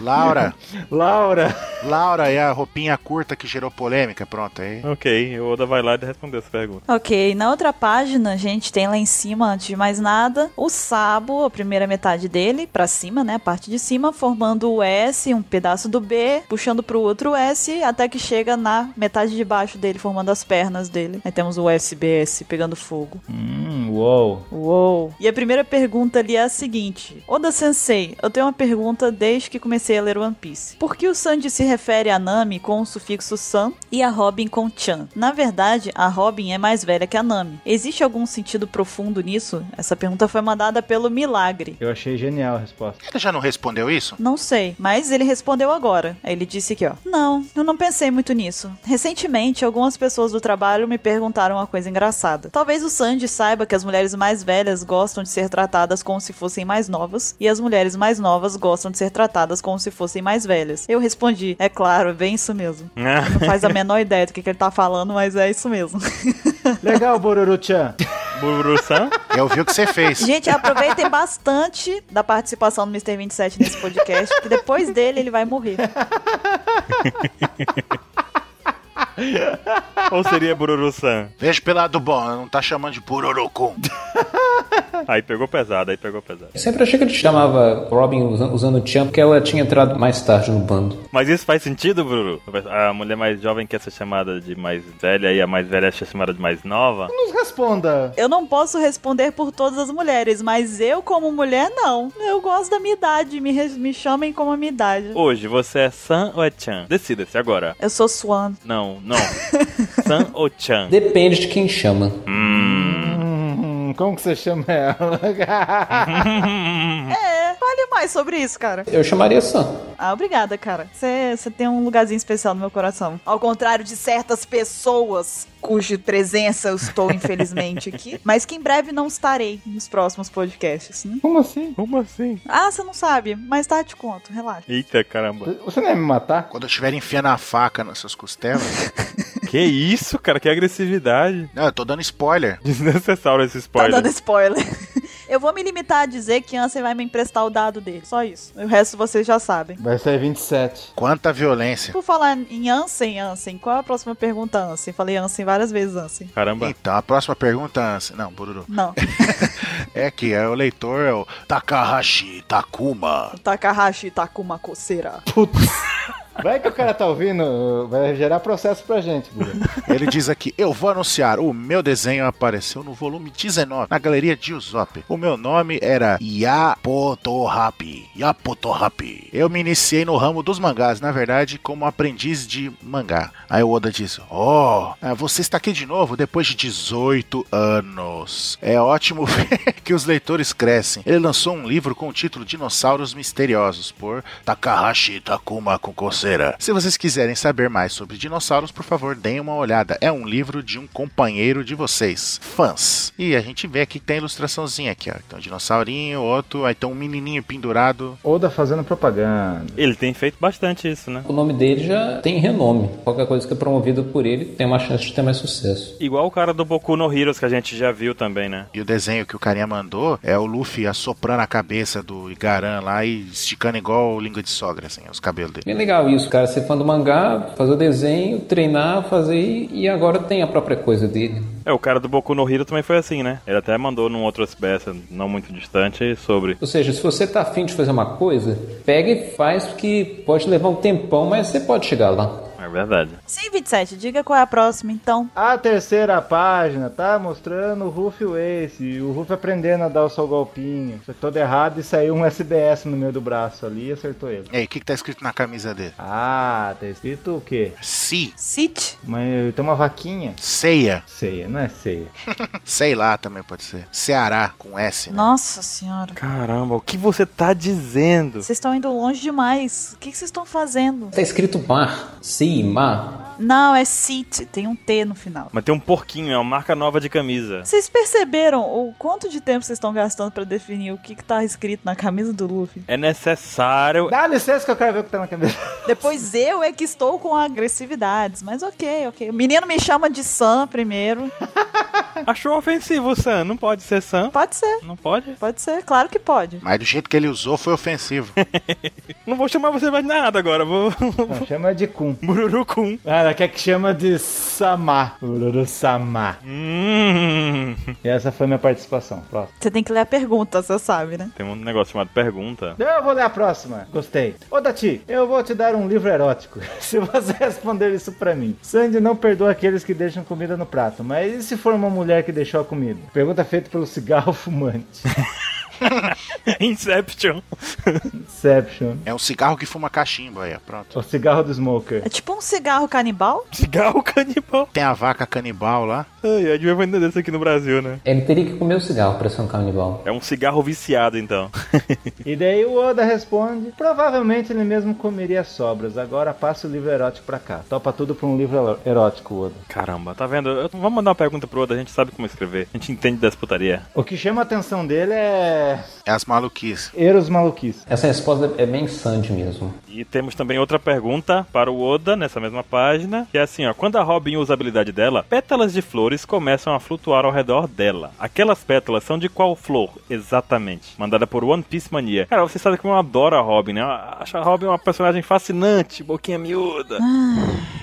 Laura, Laura. Laura é a roupinha curta que gerou polêmica. Pronto, aí. ok, o Oda vai lá e responder essa pergunta. Ok, na outra página, gente, tem lá em cima, antes de mais nada, o Sabo, a primeira metade dele, pra cima, né, a parte de cima, formando o S, um pedaço do B, puxando pro outro S, até que chega na metade de baixo dele, formando as pernas dele. Aí temos o SBS pegando fogo. Hum, uou. Uou! E a primeira pergunta ali é a seguinte: Oda Sensei, eu tenho uma pergunta desde que comecei a ler One Piece. Por que o Sanji se refere a Nami com o sufixo san e a Robin com chan? Na verdade, a Robin é mais velha que a Nami. Existe algum sentido profundo nisso? Essa pergunta foi mandada pelo Milagre. Eu achei genial a resposta. Ele já não respondeu isso? Não sei, mas ele respondeu agora. Aí Ele disse aqui, ó. Não, eu não pensei muito nisso. Recentemente, algumas pessoas do trabalho me perguntaram uma coisa engraçada. Talvez o Sandy saiba que as mulheres mais velhas gostam de ser tratadas como se fossem mais novas, e as mulheres mais novas gostam de ser tratadas como se fossem mais velhas. Eu respondi, é claro, é bem isso mesmo. Não faz a menor ideia do que, que ele tá falando, mas é isso mesmo. Legal, Boruru-chan. Buru-san? Eu vi o que você fez. Gente, aproveitem bastante da participação do Mr. 27 nesse podcast, porque depois dele ele vai morrer. Ou seria Bururu-san? Veja pelo lado bom, não tá chamando de Pururucum. Aí pegou pesado, aí pegou pesado. Eu sempre achei que ele chamava Robin usando, usando o Chan porque ela tinha entrado mais tarde no bando. Mas isso faz sentido, Bururu? A mulher mais jovem quer ser chamada de mais velha e a mais velha ser chamada de mais nova? Nos responda. Eu não posso responder por todas as mulheres, mas eu, como mulher, não. Eu gosto da minha idade, me, res- me chamem como a minha idade. Hoje você é San ou é Chan? Decida-se agora. Eu sou Swan. Não, não. San ou Chan? Depende de quem chama. Hum, como que você chama ela? É, fale mais sobre isso, cara. Eu chamaria Sam. Ah, obrigada, cara. Você tem um lugarzinho especial no meu coração. Ao contrário de certas pessoas cuja presença eu estou, infelizmente, aqui, mas que em breve não estarei nos próximos podcasts, né? como assim? Como assim? Ah, você não sabe? Mais tarde te conto, relaxa. Eita caramba. Você não ia me matar? Quando eu estiver enfiando a faca nas suas costelas. Que isso, cara? Que agressividade. Não, eu tô dando spoiler. Desnecessário esse Tá spoiler. dando spoiler. Eu vou me limitar a dizer que Ansem vai me emprestar o dado dele, só isso. O resto vocês já sabem. Vai sair 27. Quanta violência. Por falar em Ansem, Ansem, qual é a próxima pergunta, Ansem? Falei Ansem várias vezes, Ansem. Caramba. Então, a próxima pergunta. Anson- Não, Bururu. Não, É que é o leitor é o Takahashi Takuma. Takahashi Takuma Kosera. Vai que o cara tá ouvindo, vai gerar processo pra gente. Guri. Ele diz aqui: Eu vou anunciar. O meu desenho apareceu no volume 19, na galeria de Usopp. O meu nome era Yapotohapi. Yapotohapi. Eu me iniciei no ramo dos mangás, na verdade, como aprendiz de mangá. Aí o Oda diz: Oh, é, você está aqui de novo depois de 18 anos. É ótimo ver que os leitores crescem. Ele lançou um livro com o título Dinossauros Misteriosos, por Takahashi Takuma Kokosera. Se vocês quiserem saber mais sobre dinossauros, por favor, deem uma olhada. É um livro de um companheiro de vocês, fãs. E a gente vê aqui que tem a ilustraçãozinha aqui, ó. Então, dinossaurinho, outro, aí tem um menininho pendurado. Oda fazendo propaganda. Ele tem feito bastante isso, né? O nome dele já tem renome. Qualquer coisa que é promovida por ele tem uma chance de ter mais sucesso. Igual o cara do Boku no Heroes que a gente já viu também, né? E o desenho que o carinha mandou é o Luffy assoprando a cabeça do Igaran lá e esticando igual língua de sogra, assim, os cabelos dele. Bem legal isso, cara. Ser fã do mangá, fazer o desenho, treinar, fazer e e agora tem a própria coisa dele. É, o cara do Boku no Hero também foi assim, né? Ele até mandou num outro SBS não muito distante sobre. Ou seja, se você tá afim de fazer uma coisa, pega e faz, porque pode levar um tempão, mas você pode chegar lá. É verdade. Sim, 27, diga qual é a próxima, então. A terceira página tá mostrando o Ruff e o Ace. E o Ruff aprendendo a dar o seu golpinho. Foi todo errado e saiu um SBS no meio do braço ali e acertou ele. E aí, o que, que tá escrito na camisa dele? Ah, tá escrito o quê? Si. Sit. Mas tem uma vaquinha. Ceia. Ceia, não é ceia. Sei lá também pode ser. Ceará, com S, né? Nossa senhora. Caramba, o que você tá dizendo? Vocês estão indo longe demais. O que que vocês estão fazendo? Tá escrito mar, sim, mar. Não, é sit. Tem um T no final. Mas tem um porquinho, é uma marca nova de camisa. Vocês perceberam o quanto de tempo vocês estão gastando pra definir o que, que tá escrito na camisa do Luffy? É necessário. Dá licença que eu quero ver o que tá na cabeça. Depois eu é que estou com agressividades, mas ok, ok. O menino me chama de Sam primeiro. Achou ofensivo, Sam. Não pode ser Sam. Pode ser, Não pode? pode ser, claro que pode. Mas do jeito que ele usou foi ofensivo. Não vou chamar você mais de nada agora. Vou. Não, chama de Kun. Mururucum. Ah, ela quer que chama de Samar. Ururu Samar. Hum. E essa foi minha participação. Próximo. Você tem que ler a pergunta, você sabe, né? Tem um negócio chamado pergunta. Então Eu vou ler a próxima. Gostei. Ô, Dati, eu vou te dar um livro erótico. Se você responder isso pra mim. Sandy não perdoa aqueles que deixam comida no prato. Mas e se for uma mulher que deixou a comida? Pergunta feita pelo cigarro fumante. Inception. Inception. É um cigarro que fuma cachimbo aí, ó, pronto. O cigarro do smoker. É tipo um cigarro canibal? Cigarro canibal. Tem a vaca canibal lá. Ai, a gente vai entender isso aqui no Brasil, né? Ele teria que comer o cigarro pra ser um canibal. É um cigarro viciado, então. E daí o Oda responde: Provavelmente ele mesmo comeria as sobras. Agora passa o livro erótico pra cá. Topa tudo pra um livro erótico, Oda. Caramba, tá vendo? Eu- vamos mandar uma pergunta pro Oda, a gente sabe como escrever. A gente entende das putaria. O que chama a atenção dele é. É as maluquices. Eros maluquice. Essa resposta é bem Sandy mesmo. E temos também outra pergunta para o Oda, nessa mesma página, que é assim, ó. Quando a Robin usa a habilidade dela, pétalas de flores começam a flutuar ao redor dela. Aquelas pétalas são de qual flor? Exatamente. Mandada por One Piece Mania. Cara, você sabe que eu adoro a Robin, né? Eu acho a Robin uma personagem fascinante, boquinha miúda.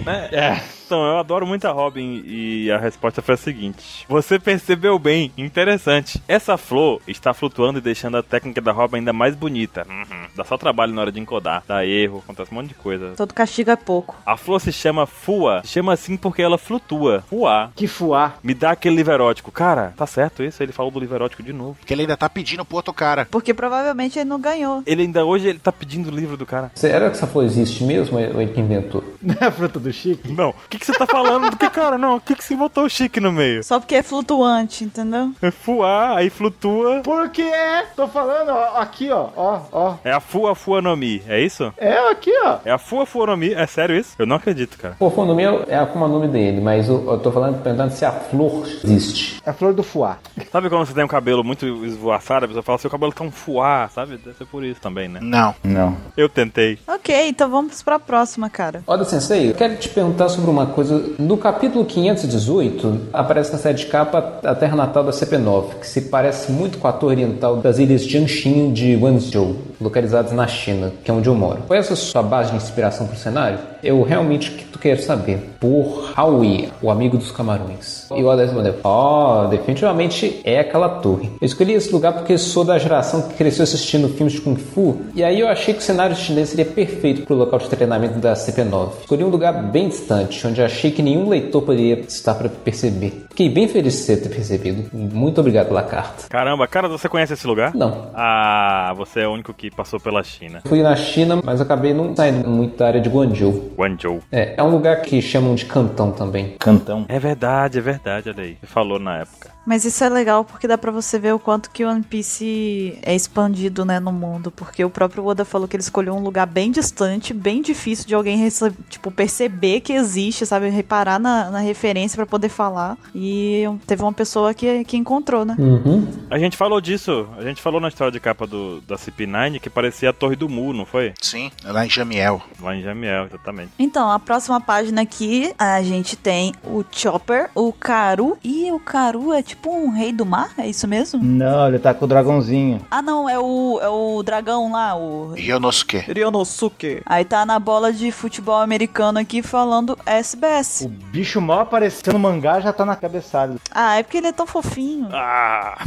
né? Então, eu adoro muito a Robin e a resposta foi a seguinte. Você percebeu bem, interessante. Essa flor está flutuando e deixando a técnica da Robin ainda mais bonita. Uhum. Dá só trabalho na hora de encodar, dá erro, acontece um monte de coisa. Todo castigo é pouco. A flor se chama Fua, chama assim porque ela flutua. Fua. Que fuá. Me dá aquele livro erótico. Cara, tá certo isso? Ele falou do livro erótico de novo. Porque ele ainda tá pedindo pro outro cara. Porque provavelmente ele não ganhou. Ele ainda hoje ele tá pedindo o livro do cara. Será que essa flor existe mesmo é, ou ele que inventou? Não é a fruta do Chique? Não, o que, que você tá falando? Porque, cara, não, o que, que você botou o chique no meio? Só porque é flutuante, entendeu? É Fua, aí flutua. Porque é, tô falando, ó, aqui, ó, ó, ó. É a Fua Fua no Mi, é isso? É aqui, ó. É a Fua Fua no Mi? É sério isso? Eu não acredito, cara. Pô, o nome é a como é o nome dele, mas eu, eu tô falando, perguntando se a flor existe. É a flor do fuá. Sabe quando você tem um cabelo muito esvoaçado, a pessoa fala, seu cabelo tá um fuá, sabe? Deve ser por isso também, né? Não. Não. Eu tentei. Ok, então vamos pra próxima, cara. Oda Sensei, eu quero te perguntar sobre uma coisa. No capítulo 518, aparece na série de capa a terra natal da CP9, que se parece muito com a torre oriental das ilhas Jiangxin de Guangzhou, localizadas na China, que é onde eu moro. Qual é essa sua base de inspiração para o cenário? Eu realmente que- quero saber. Por Howie, o amigo dos camarões. E o Oda respondeu, ó, definitivamente é aquela torre. Eu escolhi esse lugar porque sou da geração que cresceu assistindo filmes de Kung Fu, e aí eu achei que o cenário chinês seria perfeito para o local de treinamento da CP9. Escolhi um lugar bem distante, onde achei que nenhum leitor poderia estar para perceber. Fiquei bem feliz de você ter percebido. Muito obrigado pela carta. Caramba, cara, você conhece esse lugar? Não, Ah, você é o único que passou pela China. fui na China, mas acabei não saindo muito da área de Guangzhou. Guangzhou. É, é um lugar que chamam de Cantão também. Cantão. É verdade, é verdade, olha aí. Você falou na época. Mas isso é legal porque dá pra você ver o quanto que One Piece é expandido, né, no mundo. Porque o próprio Oda falou que ele escolheu um lugar bem distante, bem difícil de alguém rece- tipo, perceber que existe, sabe? Reparar na, na referência pra poder falar. E teve uma pessoa que, que encontrou, né? Uhum. A gente falou disso, a gente falou na história de capa do, da CP9 que parecia a Torre do Mu, não foi? Sim, lá em Jamiel. Lá em Jamiel, exatamente. Então, a próxima página aqui, a gente tem o Chopper, o Karu. E o Karu é tipo um rei do mar? É isso mesmo? Não, ele tá com o dragãozinho. Ah, não, é o, é o dragão lá, o Rionosuke. Rionosuke. Aí tá na bola de futebol americano aqui falando SBS. O bicho mal apareceu no mangá já tá na cabeçada. Ah, é porque ele é tão fofinho. Ah!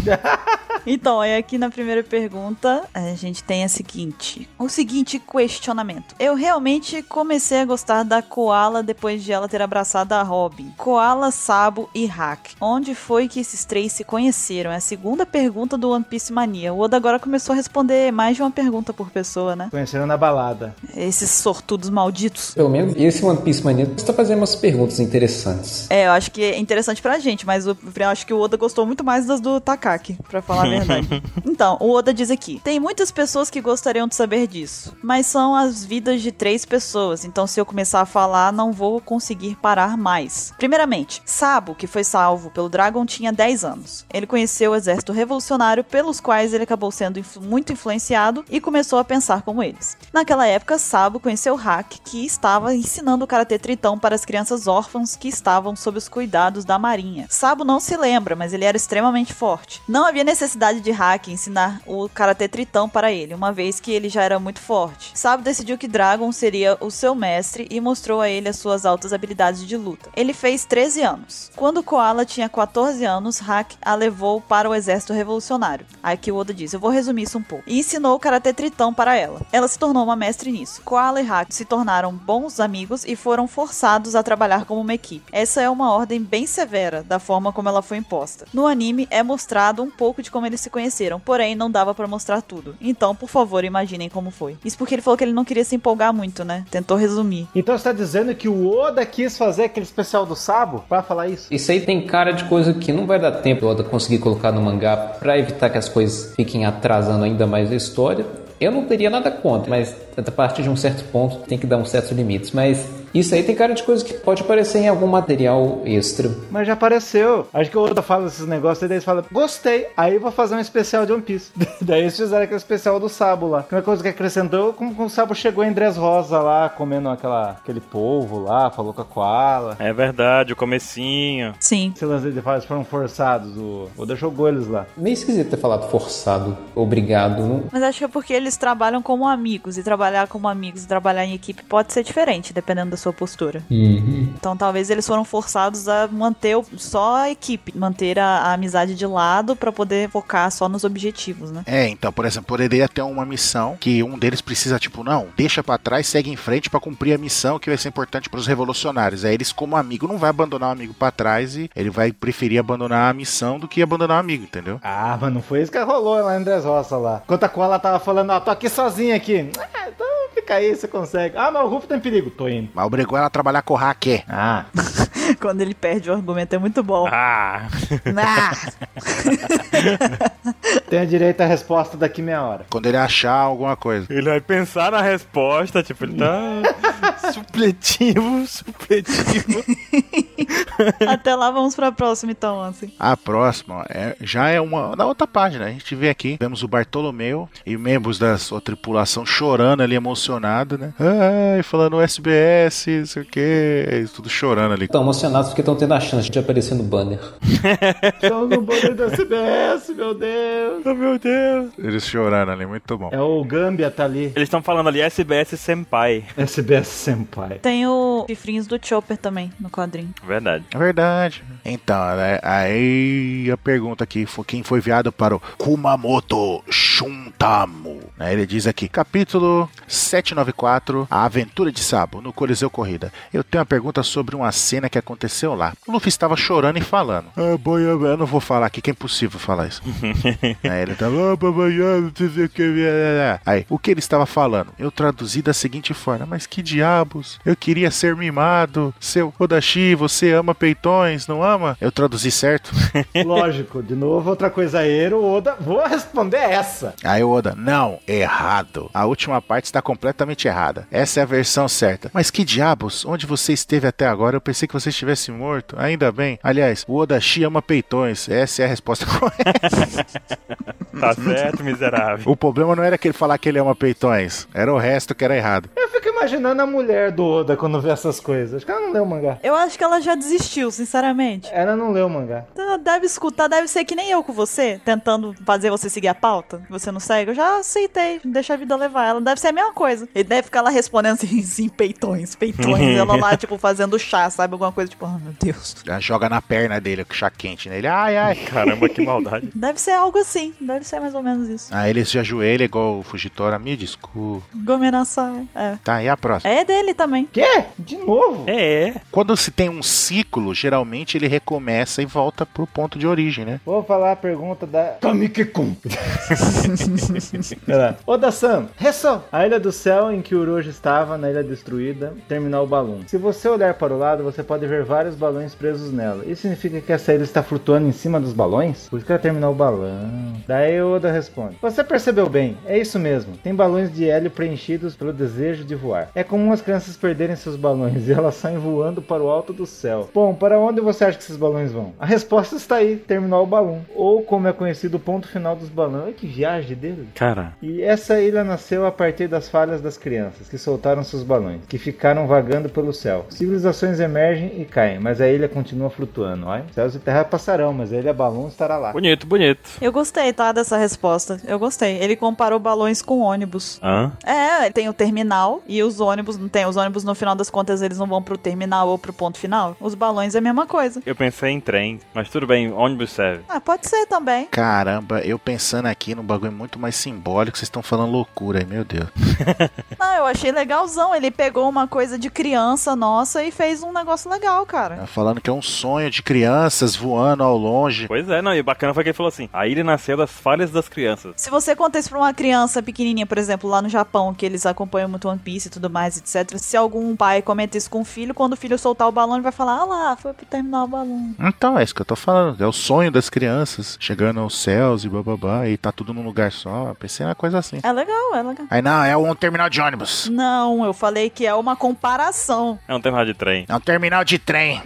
Então, aí aqui na primeira pergunta, a gente tem a seguinte: o seguinte questionamento. Eu realmente comecei a gostar da Koala depois de ela ter abraçado a Robin. Koala, Sabo e Hack. Onde foi que esses três se conheceram? É a segunda pergunta do One Piece Mania. O Oda agora começou a responder mais de uma pergunta por pessoa, né? Conheceram na balada. Esses sortudos malditos. Pelo menos esse One Piece Mania está fazendo umas perguntas interessantes. É, eu acho que é interessante pra gente, mas eu eu acho que o Oda gostou muito mais das do Takaki, pra falar a verdade. então, o Oda diz aqui: tem muitas pessoas pessoas que gostariam de saber disso, mas são as vidas de três pessoas, então se eu começar a falar, não vou conseguir parar mais. Primeiramente, Sabo, que foi salvo pelo Dragon, tinha 10 anos. Ele conheceu o exército revolucionário, pelos quais ele acabou sendo influ- muito influenciado e começou a pensar como eles. Naquela época, Sabo conheceu Hak, que estava ensinando o Karatê Tritão para as crianças órfãs que estavam sob os cuidados da marinha. Sabo não se lembra, mas ele era extremamente forte. Não havia necessidade de Hak ensinar o Karatê Tritão para ele, uma vez que ele já era muito forte. Sabo decidiu que Dragon seria o seu mestre e mostrou a ele as suas altas habilidades de luta. Ele fez 13 anos. Quando Koala tinha 14 anos, Hak a levou para o exército revolucionário. Aqui o Oda diz, eu vou resumir isso um pouco. E ensinou o Karatê Tritão para ela. Ela se tornou uma mestre nisso. Koala e Hak se tornaram bons amigos e foram forçados a trabalhar como uma equipe. Essa é uma ordem bem severa da forma como ela foi imposta. No anime é mostrado um pouco de como eles se conheceram, porém não dava pra mostrar tudo. Então, por favor, imaginem como foi. Isso porque ele falou que ele não queria se empolgar muito, né? Tentou resumir. Então você tá dizendo que o Oda quis fazer aquele especial do Sabo pra falar isso? Isso aí tem cara de coisa que não vai dar tempo do Oda conseguir colocar no mangá pra evitar que as coisas fiquem atrasando ainda mais a história. Eu não teria nada contra, mas a partir de um certo ponto tem que dar um certo limites. Mas isso aí tem cara de coisa que pode aparecer em algum material extra. Mas já apareceu. Acho que o Oda fala esses negócios e daí eles falam, gostei, aí eu vou fazer um especial de One Piece. daí eles fizeram aquele especial do Sabo lá. Uma coisa que acrescentou, como, como o Sabo chegou em Dress Rosa lá, comendo aquela, aquele polvo lá, falou com a Koala. É verdade, o comecinho. Sim. Esse lance de falas foram forçados, o Oda jogou eles lá. Meio esquisito ter falado forçado, obrigado. né? não- Mas acho que é porque eles trabalham como amigos, e trabalhar como amigos e trabalhar em equipe pode ser diferente, dependendo da sua postura. Então talvez eles foram forçados a manter o- só a equipe, manter a, a amizade de lado pra poder focar só nos objetivos, né? É, então, por exemplo, poderia ter uma missão que um deles precisa, tipo, não, deixa pra trás, segue em frente pra cumprir a missão que vai ser importante pros revolucionários. Aí eles, como amigo, não vai abandonar o amigo pra trás e ele vai preferir abandonar a missão do que abandonar o amigo, entendeu? Ah, mas não foi isso que rolou lá em Dress Rosa lá. Enquanto a Koala tava falando, ó, tô aqui sozinha aqui. Ah, então fica aí, você consegue. Ah, mas o Rufo tem perigo. Tô indo. Mas obrigou ela a trabalhar com o Raquel. Ah, Quando ele perde o argumento é muito bom. Ah! Ah! tenho direito à resposta daqui meia hora. Quando ele achar alguma coisa. Ele vai pensar na resposta, tipo, ele tá supletivo, supletivo. Até lá vamos pra próxima então, assim. A próxima ó, é- já é uma na outra página. A gente vê aqui, vemos o Bartolomeu e membros da sua tripulação chorando ali, emocionado, né? Ai, falando SBS, não sei o que, tudo chorando ali. Estão emocionados porque estão tendo a chance de aparecer no banner. Estamos no banner da CBS, meu Deus. Oh, meu Deus. Eles chorando ali, muito bom. É o Gambia tá ali. Eles estão falando ali SBS Senpai. SBS Senpai. Tem o chifrinhos do Chopper também no quadrinho. Verdade. É verdade. Então, né, aí a pergunta aqui foi quem foi enviado para o Kumamoto Shuntamo. Né, Ele diz aqui, capítulo 794, A Aventura de Sabo, no Coliseu Corrida. Eu tenho uma pergunta sobre uma cena que aconteceu lá. O Luffy estava chorando e falando. Ah, boy, eu eu não vou falar aqui, que é impossível falar isso. Aí ele tava. "Ah, papai, ah, não sei o que, ah, ah, ah." Aí, o que ele estava falando? Eu traduzi da seguinte forma: Mas que diabos? Eu queria ser mimado. Seu Odashi, você ama peitões, não ama? Eu traduzi certo? Lógico, de novo outra coisa aero, Oda. Vou responder essa. Aí o Oda, não, errado. A última parte está completamente errada. Essa é a versão certa. Mas que diabos? Onde você esteve até agora? Eu pensei que você estivesse morto. Ainda bem. Aliás, o Odashi ama peitões. Essa é a resposta correta. Tá certo, miserável. o problema não era que ele falar que ele ama peitões. Era o resto que era errado. Eu fico imaginando a mulher do Oda quando vê essas coisas. Acho que ela não leu o mangá. Eu acho que ela já desistiu, sinceramente. Ela não leu o mangá. Então, ela Deve escutar, deve ser que nem eu com você, tentando fazer você seguir a pauta. que Você não segue, eu já aceitei, deixa a vida levar. Ela deve ser a mesma coisa. Ele deve ficar lá respondendo assim, sim, peitões, peitões. ela lá, tipo, fazendo chá, sabe? Alguma coisa, tipo, ah, meu Deus. Já joga na perna dele, com chá quente nele. Ai, ai. Caramba, que maldade. Deve ser algo assim, deve ser mais ou menos isso. Aí ele se ajoelha igual o Fugitora. Me desculpa. Gomenassai. É. Tá, e a próxima. É dele também. Quê? De novo? É, é. Quando se tem um ciclo, geralmente ele recomeça e volta pro ponto de origem, né? Vou falar a pergunta da Kamikikun. Oda-san, Hessel. A ilha do céu em que Uroji estava, na ilha destruída, terminou o balão. Se você olhar para o lado, você pode ver vários balões presos nela. Isso significa que essa ilha está flutuando em cima dos balões? Por isso que ela terminou o balão. Daí Oda responde. Você percebeu bem, é isso mesmo. Tem balões de hélio preenchidos pelo desejo de voar. É comum as crianças perderem seus balões e elas saem voando para o alto do céu. Bom, para onde você acha que esses balões vão? A resposta está aí, terminar o balão. Ou como é conhecido, o ponto final dos balões. Olha que viagem dele. Cara, E essa ilha nasceu a partir das falhas das crianças, que soltaram seus balões, que ficaram vagando pelo céu. Civilizações emergem e caem, mas a ilha continua flutuando, olha. Céus e terra passarão, mas a ilha balão estará lá. bonito, bonito. Eu gostei, tá? Dessa resposta. Eu gostei. Ele comparou balões com ônibus. Hã? É, tem o terminal e os ônibus, não tem? Os ônibus, no final das contas, eles não vão pro terminal ou pro ponto final? Os balões é a mesma coisa. Eu pensei em trem, mas tudo bem, ônibus serve. Ah, pode ser também. Caramba, eu pensando aqui num bagulho muito mais simbólico, vocês estão falando loucura aí, meu Deus. Não, eu achei legalzão. Ele pegou uma coisa de criança nossa e fez um negócio legal, cara. Tá falando que é um sonho de crianças voando ao longe. Pois é, não, e o bacana foi que ele falou assim: a ilha nasceu das falhas das crianças. Se você conta isso pra uma criança pequenininha, por exemplo, lá no Japão, que eles acompanham muito One Piece e tudo mais, etc. Se algum pai comenta isso com o filho, quando o filho soltar o balão, ele vai falar, ah lá, foi pro terminal o balão. Então, é isso que eu tô falando. É o sonho das crianças chegando aos céus e bababá, e tá tudo num lugar só. Eu pensei na coisa assim. É legal, é legal. Aí não, é um terminal de ônibus. Não, eu falei que é uma comparação. É um terminal de trem. É um terminal de trem.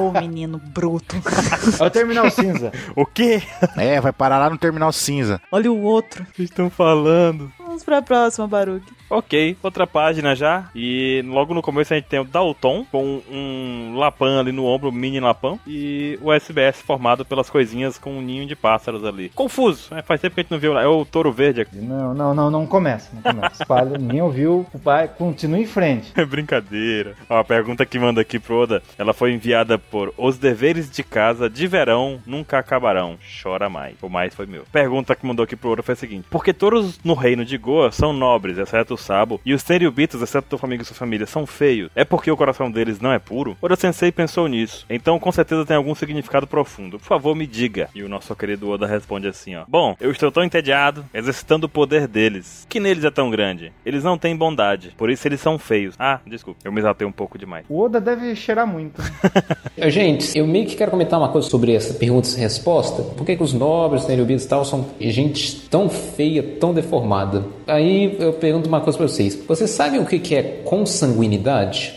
Ô, menino bruto. É o terminal cinza. O quê? É, vai parar lá no terminal cinza. Olha o outro. Vocês estão falando? Vamos pra próxima, Baruque. Ok, outra página já. E logo no começo a gente tem o Dalton com um lapão ali no ombro, um mini lapão. E o SBS formado pelas coisinhas com um ninho de pássaros ali. Confuso, né? faz tempo que a gente não viu lá. É o touro verde aqui. Não, não, não, não começa, não começa. Espalha, ninguém ouviu, o pai continua em frente. É brincadeira. Ó, a pergunta que manda aqui pro Oda, ela foi enviada por Os deveres de casa de verão nunca acabarão. Chora mais. O mais foi meu. Pergunta que mandou aqui pro Oda foi a seguinte: Porque todos no reino de Goa são nobres, exceto o Sabo, e os Tenryubitos, exceto o amigo e sua família, são feios. É porque o coração deles não é puro? Oda Sensei pensou nisso. Então com certeza tem algum significado profundo. Por favor, me diga. E o nosso querido Oda responde assim, ó: Bom, eu estou tão entediado, exercitando o poder deles. Que neles é tão grande? Eles não têm bondade, por isso eles são feios. Ah, desculpa, eu me exaltei um pouco demais. O Oda deve cheirar muito. né? Ô, Gente, eu meio que quero comentar uma coisa sobre essa pergunta e resposta. Por que, que os nobres, nerubidos e tal são gente tão feia, tão deformada? Aí eu pergunto uma coisa pra vocês. Vocês sabem o que, que é consanguinidade?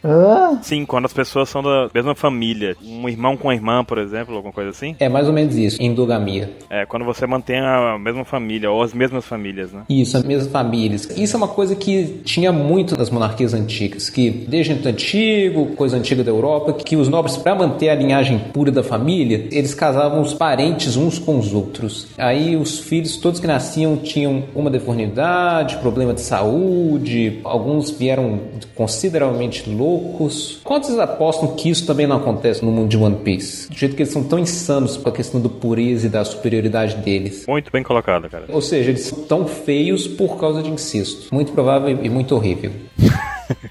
Sim, quando as pessoas são da mesma família, um irmão com a irmã, por exemplo, alguma coisa assim, É mais ou menos isso, endogamia. é quando você mantém a mesma família ou as mesmas famílias, né? Isso, as mesmas famílias. Isso é uma coisa que tinha muito nas monarquias antigas, que desde o antigo, coisa antiga da Europa, que os nobres, para manter a linhagem pura da família, eles casavam os parentes uns com os outros. Aí os filhos, todos que nasciam, tinham uma deformidade, problema de saúde, alguns vieram consideravelmente loucos. Quantos apostam que isso também não acontece no mundo de One Piece? Do jeito que eles são tão insanos com a questão do pureza e da superioridade deles. Muito bem colocado, cara. Ou seja, eles são tão feios por causa de incesto. Muito provável e muito horrível.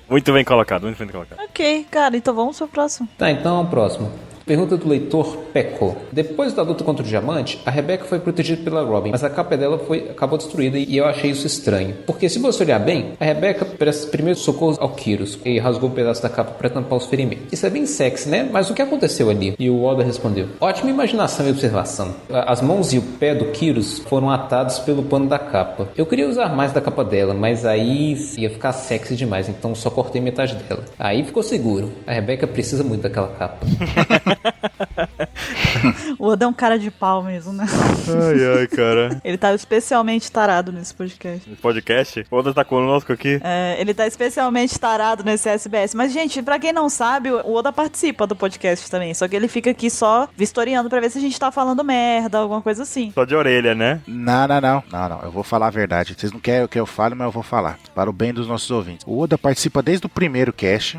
Muito bem colocado, muito bem colocado. Ok, cara, então vamos pro próximo. Tá, então a próxima. Pergunta do leitor Peco. Depois da luta contra o diamante, a Rebecca foi protegida pela Robin, mas a capa dela foi, acabou destruída e eu achei isso estranho. Porque se você olhar bem, a Rebecca presta primeiro socorro ao Kyrus e rasgou um pedaço da capa para tampar os ferimentos. Isso é bem sexy, né? Mas o que aconteceu ali? E o Oda respondeu: Ótima imaginação e observação. A- As mãos e o pé do Kyrus foram atados pelo pano da capa. Eu queria usar mais da capa dela, mas aí ia ficar sexy demais, então só cortei metade dela. Aí ficou seguro. A Rebecca precisa muito daquela capa. O Oda é um cara de pau mesmo, né? Ai, ai, cara. Ele tá especialmente tarado nesse podcast. Esse podcast, o Oda tá conosco aqui. É, ele tá especialmente tarado nesse SBS. Mas, gente, pra quem não sabe, o Oda participa do podcast também. Só que ele fica aqui só vistoriando pra ver se a gente tá falando merda, alguma coisa assim. Só de orelha, né? Não, não, não. Não, não. Eu vou falar a verdade. Vocês não querem que eu fale, mas eu vou falar. Para o bem dos nossos ouvintes. O Oda participa desde o primeiro cast.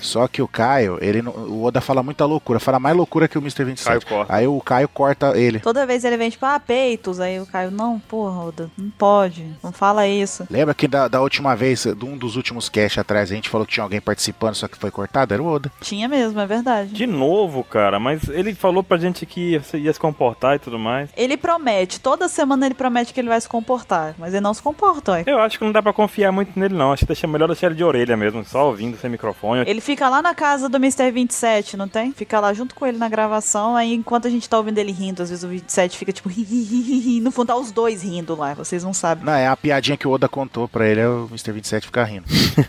só que o Caio, ele não- o Oda fala muita loucura. Fala mais loucura que o Mr. 27. Caio Costa. Aí o Caio corta ele. Toda vez ele vem tipo, ah, peitos. Aí o Caio, não, porra, Oda, não pode, não fala isso. Lembra que da, da última vez, de um dos últimos casts atrás, a gente falou que tinha alguém participando, só que foi cortado? Era o Oda. Tinha mesmo, é verdade. De novo, cara, mas ele falou pra gente que ia se, ia se comportar e tudo mais. Ele promete, toda semana ele promete que ele vai se comportar, mas ele não se comporta, ué. Eu acho que não dá pra confiar muito nele, não. Acho que deixa melhor deixar ele de orelha mesmo, só ouvindo sem microfone. Ele fica lá na casa do Mr. 27, não tem? Fica lá junto com ele na gravação, aí enquanto a gente tá ouvindo ele rindo, às vezes o 27 fica tipo, "Hihihihi", no fundo tá os dois rindo lá, vocês não sabem. Não, é a piadinha que o Oda contou pra ele, é o Mr. 27 ficar rindo.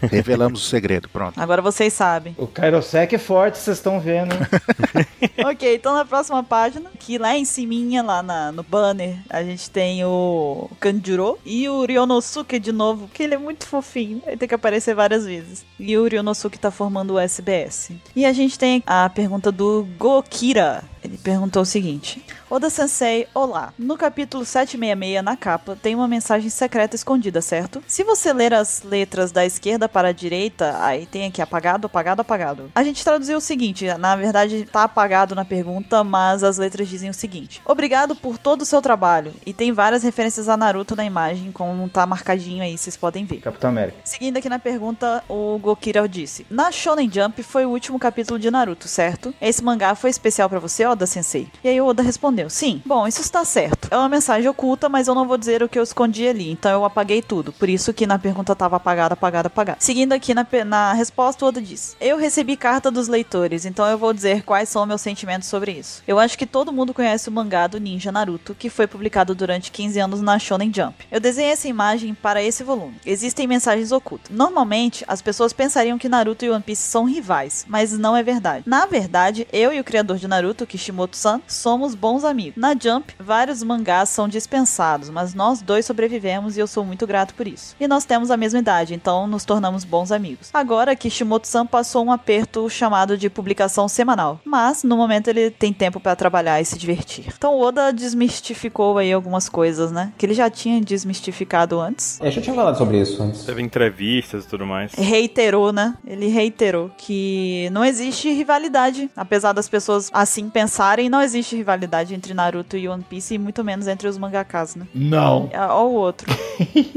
Revelamos o segredo, pronto. Agora vocês sabem. O Kairosek é forte, vocês estão vendo. hein? ok, então na próxima página, que lá em cima, lá na- no banner, a gente tem o Kanjuro e o Ryonosuke de novo, porque ele é muito fofinho, ele tem que aparecer várias vezes. E o Ryonosuke tá formando o SBS. E a gente tem a pergunta do Gokira. Ele perguntou o seguinte: Oda Sensei, olá. No capítulo 766, na capa, tem uma mensagem secreta escondida, certo? Se você ler as letras da esquerda para a direita, aí tem aqui apagado, apagado, apagado. A gente traduziu o seguinte, na verdade tá apagado na pergunta, mas as letras dizem o seguinte: Obrigado por todo o seu trabalho. E tem várias referências a Naruto na imagem, como tá marcadinho aí, vocês podem ver. Capitão América. Seguindo aqui na pergunta, o Gokira disse: Na Shonen Jump foi o último capítulo de Naruto, certo? Esse mangá foi especial pra você, Oda Sensei? E aí o Oda respondeu: Sim. Bom, isso está certo. É uma mensagem oculta, mas eu não vou dizer o que eu escondi ali, então eu apaguei tudo. Por isso que na pergunta tava apagada, apagada, apagada. Seguindo aqui na, pe- na resposta, o Oda diz: Eu recebi carta dos leitores, então eu vou dizer quais são meus sentimentos sobre isso. Eu acho que todo mundo conhece o mangá do Ninja Naruto, que foi publicado durante 15 anos na Shonen Jump. Eu desenhei essa imagem para esse volume. Existem mensagens ocultas. Normalmente, as pessoas pensariam que Naruto e One Piece são rivais, mas não é verdade. Na verdade, eu e o criador de Naruto, Kishimoto-san, somos bons amigos. Na Jump, vários mangás são dispensados, mas nós dois sobrevivemos e eu sou muito grato por isso. E nós temos a mesma idade, então nos tornamos bons amigos. Agora, Kishimoto-san passou um aperto chamado de publicação semanal, mas no momento ele tem tempo pra trabalhar e se divertir. Então o Oda desmistificou aí algumas coisas, né? Que ele já tinha desmistificado antes. É, já tinha falado sobre isso antes. Teve entrevistas e tudo mais. reiterou, né? Ele reiterou que não existe rivalidade. Apesar das pessoas assim pensarem, não existe rivalidade entre Naruto e One Piece, e muito menos entre os mangakas, né? Não. É, Ó o outro.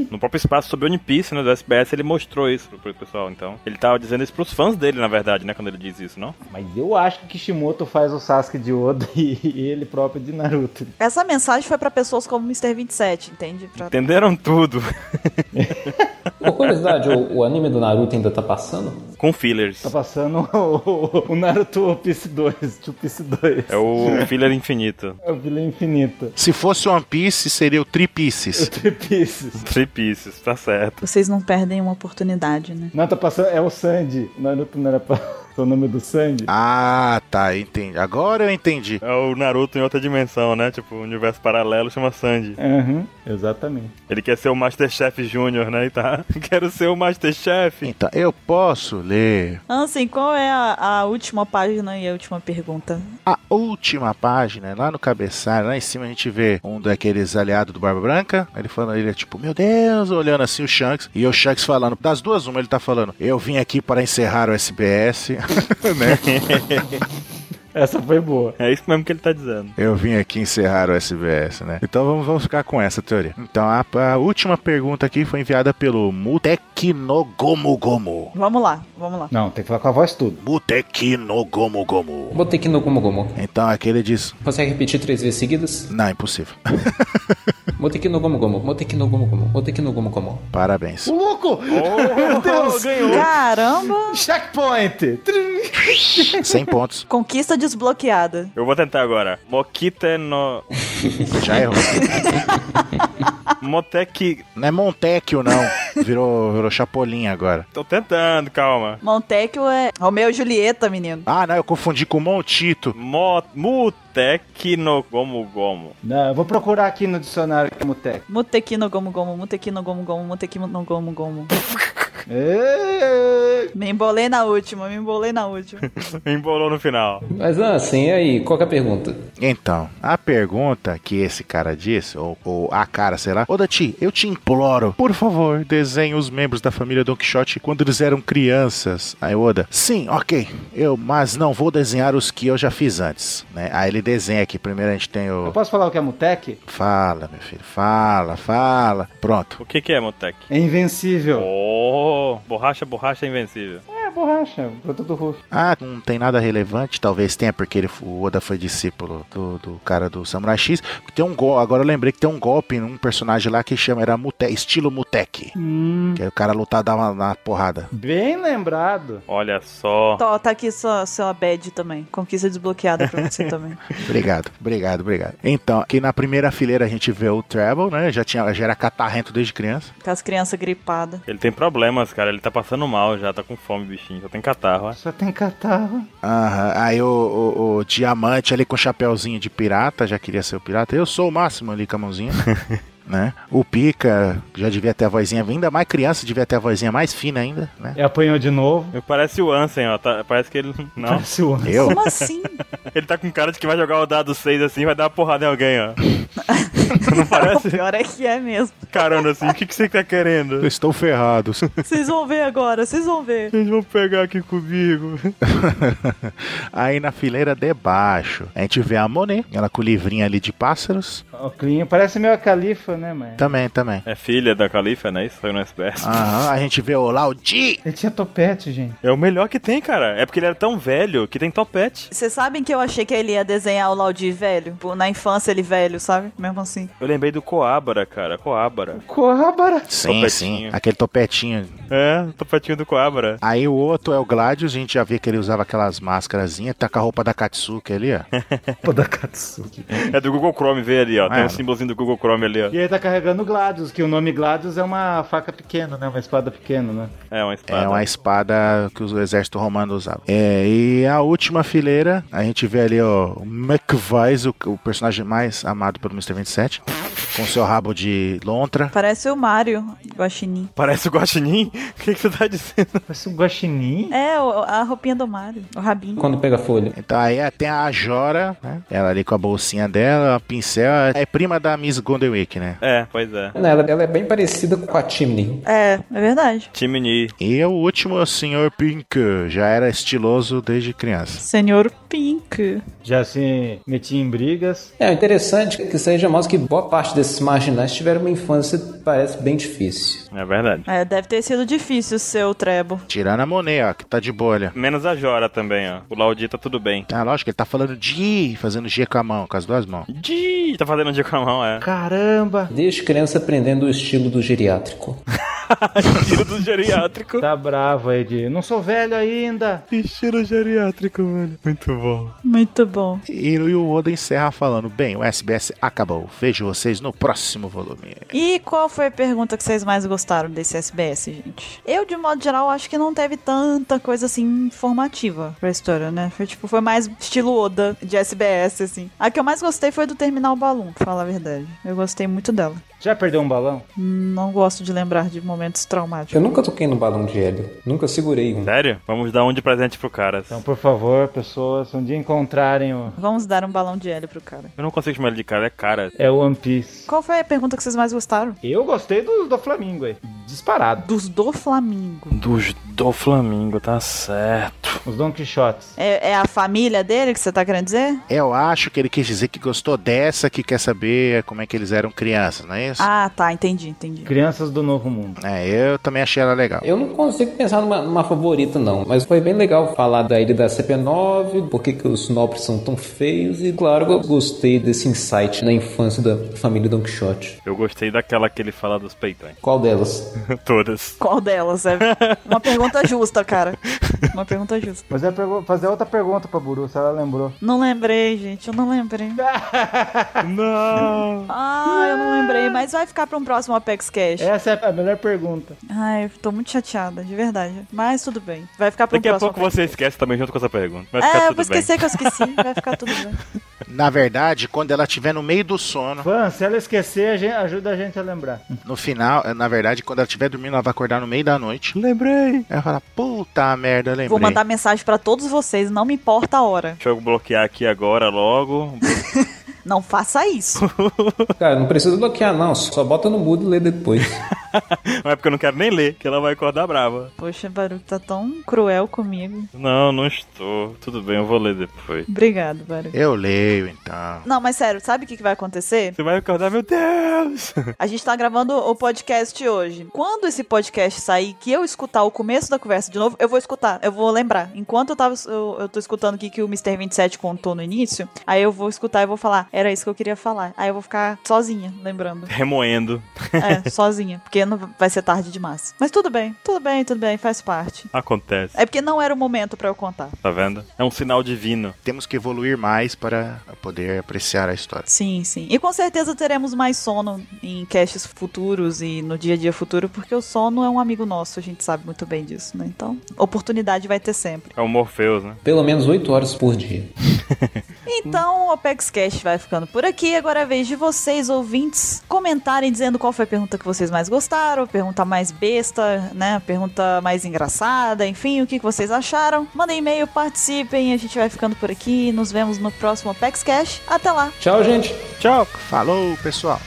No próprio espaço sobre One Piece, né, do SBS, ele mostrou isso pro- pro pessoal, então. Ele tava dizendo isso pros fãs dele, na verdade, né, quando ele diz isso, não? Mas eu acho que Kishimoto faz o Sasuke de Oda e e ele próprio de Naruto. Essa mensagem foi pra pessoas como Mr. 27, entende? Pra- Entenderam tudo, Por curiosidade, o, o anime do Naruto ainda tá passando? com fillers. Tá passando o, o- o Naruto One Piece 2, Two Piece 2. É o filler infinito. É o Vila Infinita. Se fosse One Piece, seria o Tripices. Two Pieces. Three Pieces, tá certo. Vocês não perdem uma oportunidade, né? Não, tá passando. É o Sandy. Naruto não era pra. O nome do Sandy? Ah, tá, entendi. Agora eu entendi. É o Naruto em outra dimensão, né? Tipo, um universo paralelo chama Sandy. Aham, exatamente. Ele quer ser o Masterchef Júnior, né? E tá. Quero ser o Masterchef. Então, eu posso ler Ansem, qual é a, a última página e a última pergunta? a última página, lá no cabeçalho, lá em cima a gente vê um daqueles aliados do Barba Branca, ele falando, ele é tipo, meu Deus, olhando assim o Shanks, e o Shanks falando, das duas uma, ele tá falando, eu vim aqui para encerrar o SBS, né? Essa foi boa. É isso mesmo que ele tá dizendo. Eu vim aqui encerrar o SBS, né? Então vamos, vamos ficar com essa teoria. Então a, a última pergunta aqui foi enviada pelo Mutekinogomogomo. Vamos lá, vamos lá. Não, tem que falar com a voz tudo. Mutekinogomogomo. Botei aqui no Gomo Gomo. Então aqui ele diz, Consegue repetir três vezes seguidas? não, impossível. Botei aqui no Gomo Gomo. Botei aqui no Gomo Gomo. Botei aqui no Gomo Gomo. Parabéns. O louco! Meu Deus! ganhou! Caramba! Checkpoint! Trim. 100 pontos. Conquista desbloqueada. Eu vou tentar agora. Mokita no. Já errou. Motec. Não é Montecchio, não. Virou, virou Chapolin agora. Tô tentando, calma. Montecchio é Romeu e Julieta, menino. Ah, não, eu confundi com Montito. Mo... Mutec no Gomu Gomu. Não, eu vou procurar aqui no dicionário que é Mutec. Muteki no Gomu Gomu, Muteki no Gomu Gomu, Muteki no Gomu Gomu. É, Me embolei na última, me embolei na última. Embolou no final. Mas ah, assim, e aí, qual que é a pergunta? Então, a pergunta que esse cara disse, ou, ou a cara, sei lá, Ô Dati, eu te imploro, por favor, desenhe os membros da família Don Quixote quando eles eram crianças. Aí o Oda, sim, ok, eu, mas não vou desenhar os que eu já fiz antes, né? Aí ele desenha aqui, primeiro a gente tem Eu o... posso falar o que é Mutec? Fala, meu filho, fala, fala. Pronto. O que, que é, Motec? É invencível. Oh, borracha, borracha invencível. É borracha, produto Ruff. Ah, não tem nada relevante, talvez tenha, porque ele, o Oda foi discípulo do, do cara do Samurai X. Tem um gol, agora eu lembrei que tem um golpe num personagem lá que chama, era mute, estilo Mutek. Que é o cara lutar dar uma, uma porrada. Bem lembrado. Olha só. Tó, tá aqui sua, sua bad também. Conquista desbloqueada pra você também. Obrigado, obrigado, obrigado. Então, aqui na primeira fileira a gente vê o Treble, né? Já, tinha, já era catarrento desde criança. Com as crianças gripadas. Ele tem problemas, cara. Ele tá passando mal já, tá com fome, bichinho. Só tem catarro, é. ó. Só tem catarro. Aham. Aí o, o- o Diamante ali com o chapéuzinho de pirata, já queria ser o pirata. Eu sou o máximo ali com a mãozinha. Né? O Pica já devia ter a vozinha ainda mais criança, devia ter a vozinha mais fina ainda, né? E apanhou de novo. Ele Parece o Ansem, ó. Tá- parece que ele. Não. Parece o Eu? Como assim? Ele tá com cara de que vai jogar o dado 6 assim, vai dar uma porrada em alguém, ó. Não O parece? pior é que é mesmo. Caramba, assim, o que, que você tá querendo? Eu Estou ferrado. Vocês vão ver agora, vocês vão ver. Vocês vão pegar aqui comigo. Aí na fileira de baixo, a gente vê a Monet, ela com o livrinho ali de pássaros. O Clinho parece meio a califa, né, mãe? Também, também. É filha da Califa, né? Isso foi no SBS. Aham, a gente vê o Laudi. Ele tinha topete, gente. É o melhor que tem, cara. É porque ele era tão velho que tem topete. Vocês sabem que eu achei que ele ia desenhar o Laudi velho? Pô, Na infância ele velho, sabe? Mesmo assim. Eu lembrei do Coabra, cara. Coabra. Coabra. Sim, Topetinho. sim, aquele topetinho. É, o topetinho do Coabra. Aí o outro é o Gladius, a gente já vê que ele usava aquelas máscarazinhas, tá com a roupa da Katsuki ali, ó. Pô, da Katsuki. É do Google Chrome, vê ali, ó. Tem Ah, um símbolozinho do Google Chrome ali, ó. E ele tá carregando o Gladius, que o nome Gladius é uma faca pequena, né? Uma espada pequena, né? É uma espada. É uma espada que o exército romano usava. É, e a última fileira, a gente vê ali, ó, o McVice, o, o personagem mais amado pelo Mr. 27, com seu rabo de lontra. Parece o Mario Guaxinim. Parece o Guaxinim? O que, que você tá dizendo? Parece um guaxinim. É, o- a roupinha do Mario. O rabinho. Quando pega a folha. Então aí tem a Jora, né? Ela ali com a bolsinha dela, a pincel, é prima da Miss Gondelwick, né? É, pois é. Não, ela, ela é bem parecida com a Chimney. É, é verdade. Timini. E o último, é o Sr. Pink, já era estiloso desde criança. Senhor Pink. Já se metia em brigas. É interessante que isso aí já mostra que boa parte desses marginais tiveram uma infância que parece bem difícil. É verdade. É, deve ter sido difícil ser o Trebo. Tirando a Monet, ó, que tá de bolha. Menos a Jora também, ó. O Laudi tá tudo bem. Ah, lógico, ele tá falando de fazendo G com a mão, com as duas mãos. Di, tá fazendo um dia com a mão, é. Caramba! Desde criança aprendendo o estilo do geriátrico. Tiro do geriátrico. Tá bravo aí de. Não sou velho ainda! Tiro geriátrico, velho. Muito bom. Muito bom. E, e o Oda encerra falando: Bem, o SBS acabou. Vejo vocês no próximo volume. E qual foi a pergunta que vocês mais gostaram desse SBS, gente? Eu, de modo geral, acho que não teve tanta coisa assim informativa pra história, né? Foi tipo, foi mais estilo Oda de SBS, assim. A que eu mais gostei foi do Terminal Balloon, pra falar a verdade. Eu gostei muito dela. Já perdeu um balão? Não gosto de lembrar de momentos traumáticos. Eu nunca toquei no balão de hélio. Nunca segurei um. Sério? Vamos dar um de presente pro cara. Então, por favor, pessoas, se um dia encontrarem o. Vamos dar um balão de hélio pro cara. Eu não consigo chamar ele de cara, é cara. É o One Piece. Qual foi a pergunta que vocês mais gostaram? Eu gostei do, do Flamingo aí. Disparado. Dos do Flamingo. Dos do Flamingo, tá certo. Os Don Quixotes. É, é a família dele que você tá querendo dizer? Eu acho que ele quis dizer que gostou dessa, que quer saber como é que eles eram crianças, não é isso? Ah, tá, entendi, entendi. Crianças do Novo Mundo. É, eu também achei ela legal. Eu não consigo pensar numa, numa favorita, não. Mas foi bem legal falar da ilha da CP9, por que que os nobres são tão feios. E claro, eu gostei desse insight na infância da família Don Quixote. Eu gostei daquela que ele fala dos peitões. Qual delas? Todas. Qual delas? É uma pergunta justa, cara. Uma pergunta justa. Mas eu pergu- fazer outra pergunta pra Buru, se ela lembrou. Não lembrei, gente, eu não lembrei. Não! Ah, eu não lembrei, mas vai ficar pra um próximo Apex Cash. Essa é a melhor pergunta. Ai, eu tô muito chateada, de verdade. Mas tudo bem, vai ficar pra um Daqui a próximo. pouco você esquece também junto com essa pergunta. Vai É, ficar eu tudo vou bem. esquecer que eu esqueci, vai ficar tudo bem. Na verdade, quando ela estiver no meio do sono, Fã, se ela esquecer, a gente- ajuda a gente a lembrar. no final, na verdade, quando ela estiver dormindo, ela vai acordar no meio da noite. Lembrei. Ela vai falar, puta merda, lembrei. Vou mandar mensagem pra todos vocês, não me importa a hora. Deixa eu bloquear aqui agora logo. Não faça isso. Cara, não precisa bloquear, não. Só bota no mudo e lê depois. Mas é porque eu não quero nem ler, que ela vai acordar brava. Poxa, Baruque tá tão cruel comigo. Não, não estou. Tudo bem, eu vou ler depois. Obrigado, É. Baruque. Eu leio, então. Não, mas sério, sabe o que, que vai acontecer? Você vai acordar, meu Deus! A gente tá gravando o podcast hoje. Quando esse podcast sair, que eu escutar o começo da conversa de novo, eu vou escutar, eu vou lembrar. Enquanto eu tava, eu, eu tô escutando aqui que o Mr. 27 contou no início, aí eu vou escutar e vou falar, era isso que eu queria falar. Aí eu vou ficar sozinha, lembrando. Remoendo. É, sozinha, porque não vai ser tarde demais. Mas tudo bem, tudo bem, tudo bem, faz parte. Acontece, É porque não era o momento pra eu contar. tá vendo? É um sinal divino. Temos que evoluir mais para poder apreciar a história. Sim, sim. E com certeza teremos mais sono em casts futuros e no dia a dia futuro, porque o sono é um amigo nosso, a gente sabe muito bem disso, né? Então, oportunidade vai ter sempre. É o Morpheus, né? Pelo menos 8 horas por dia. Então, o Opex Cash vai ficando por aqui. Agora é a vez de vocês, ouvintes, comentarem dizendo qual foi a pergunta que vocês mais gostaram, a pergunta mais besta, né? A pergunta mais engraçada, enfim, o que que vocês acharam. Mandem e-mail, participem, a gente vai ficando por aqui. Nos vemos no próximo Opex Cash. Até lá! Tchau, gente. Tchau! Falou, pessoal!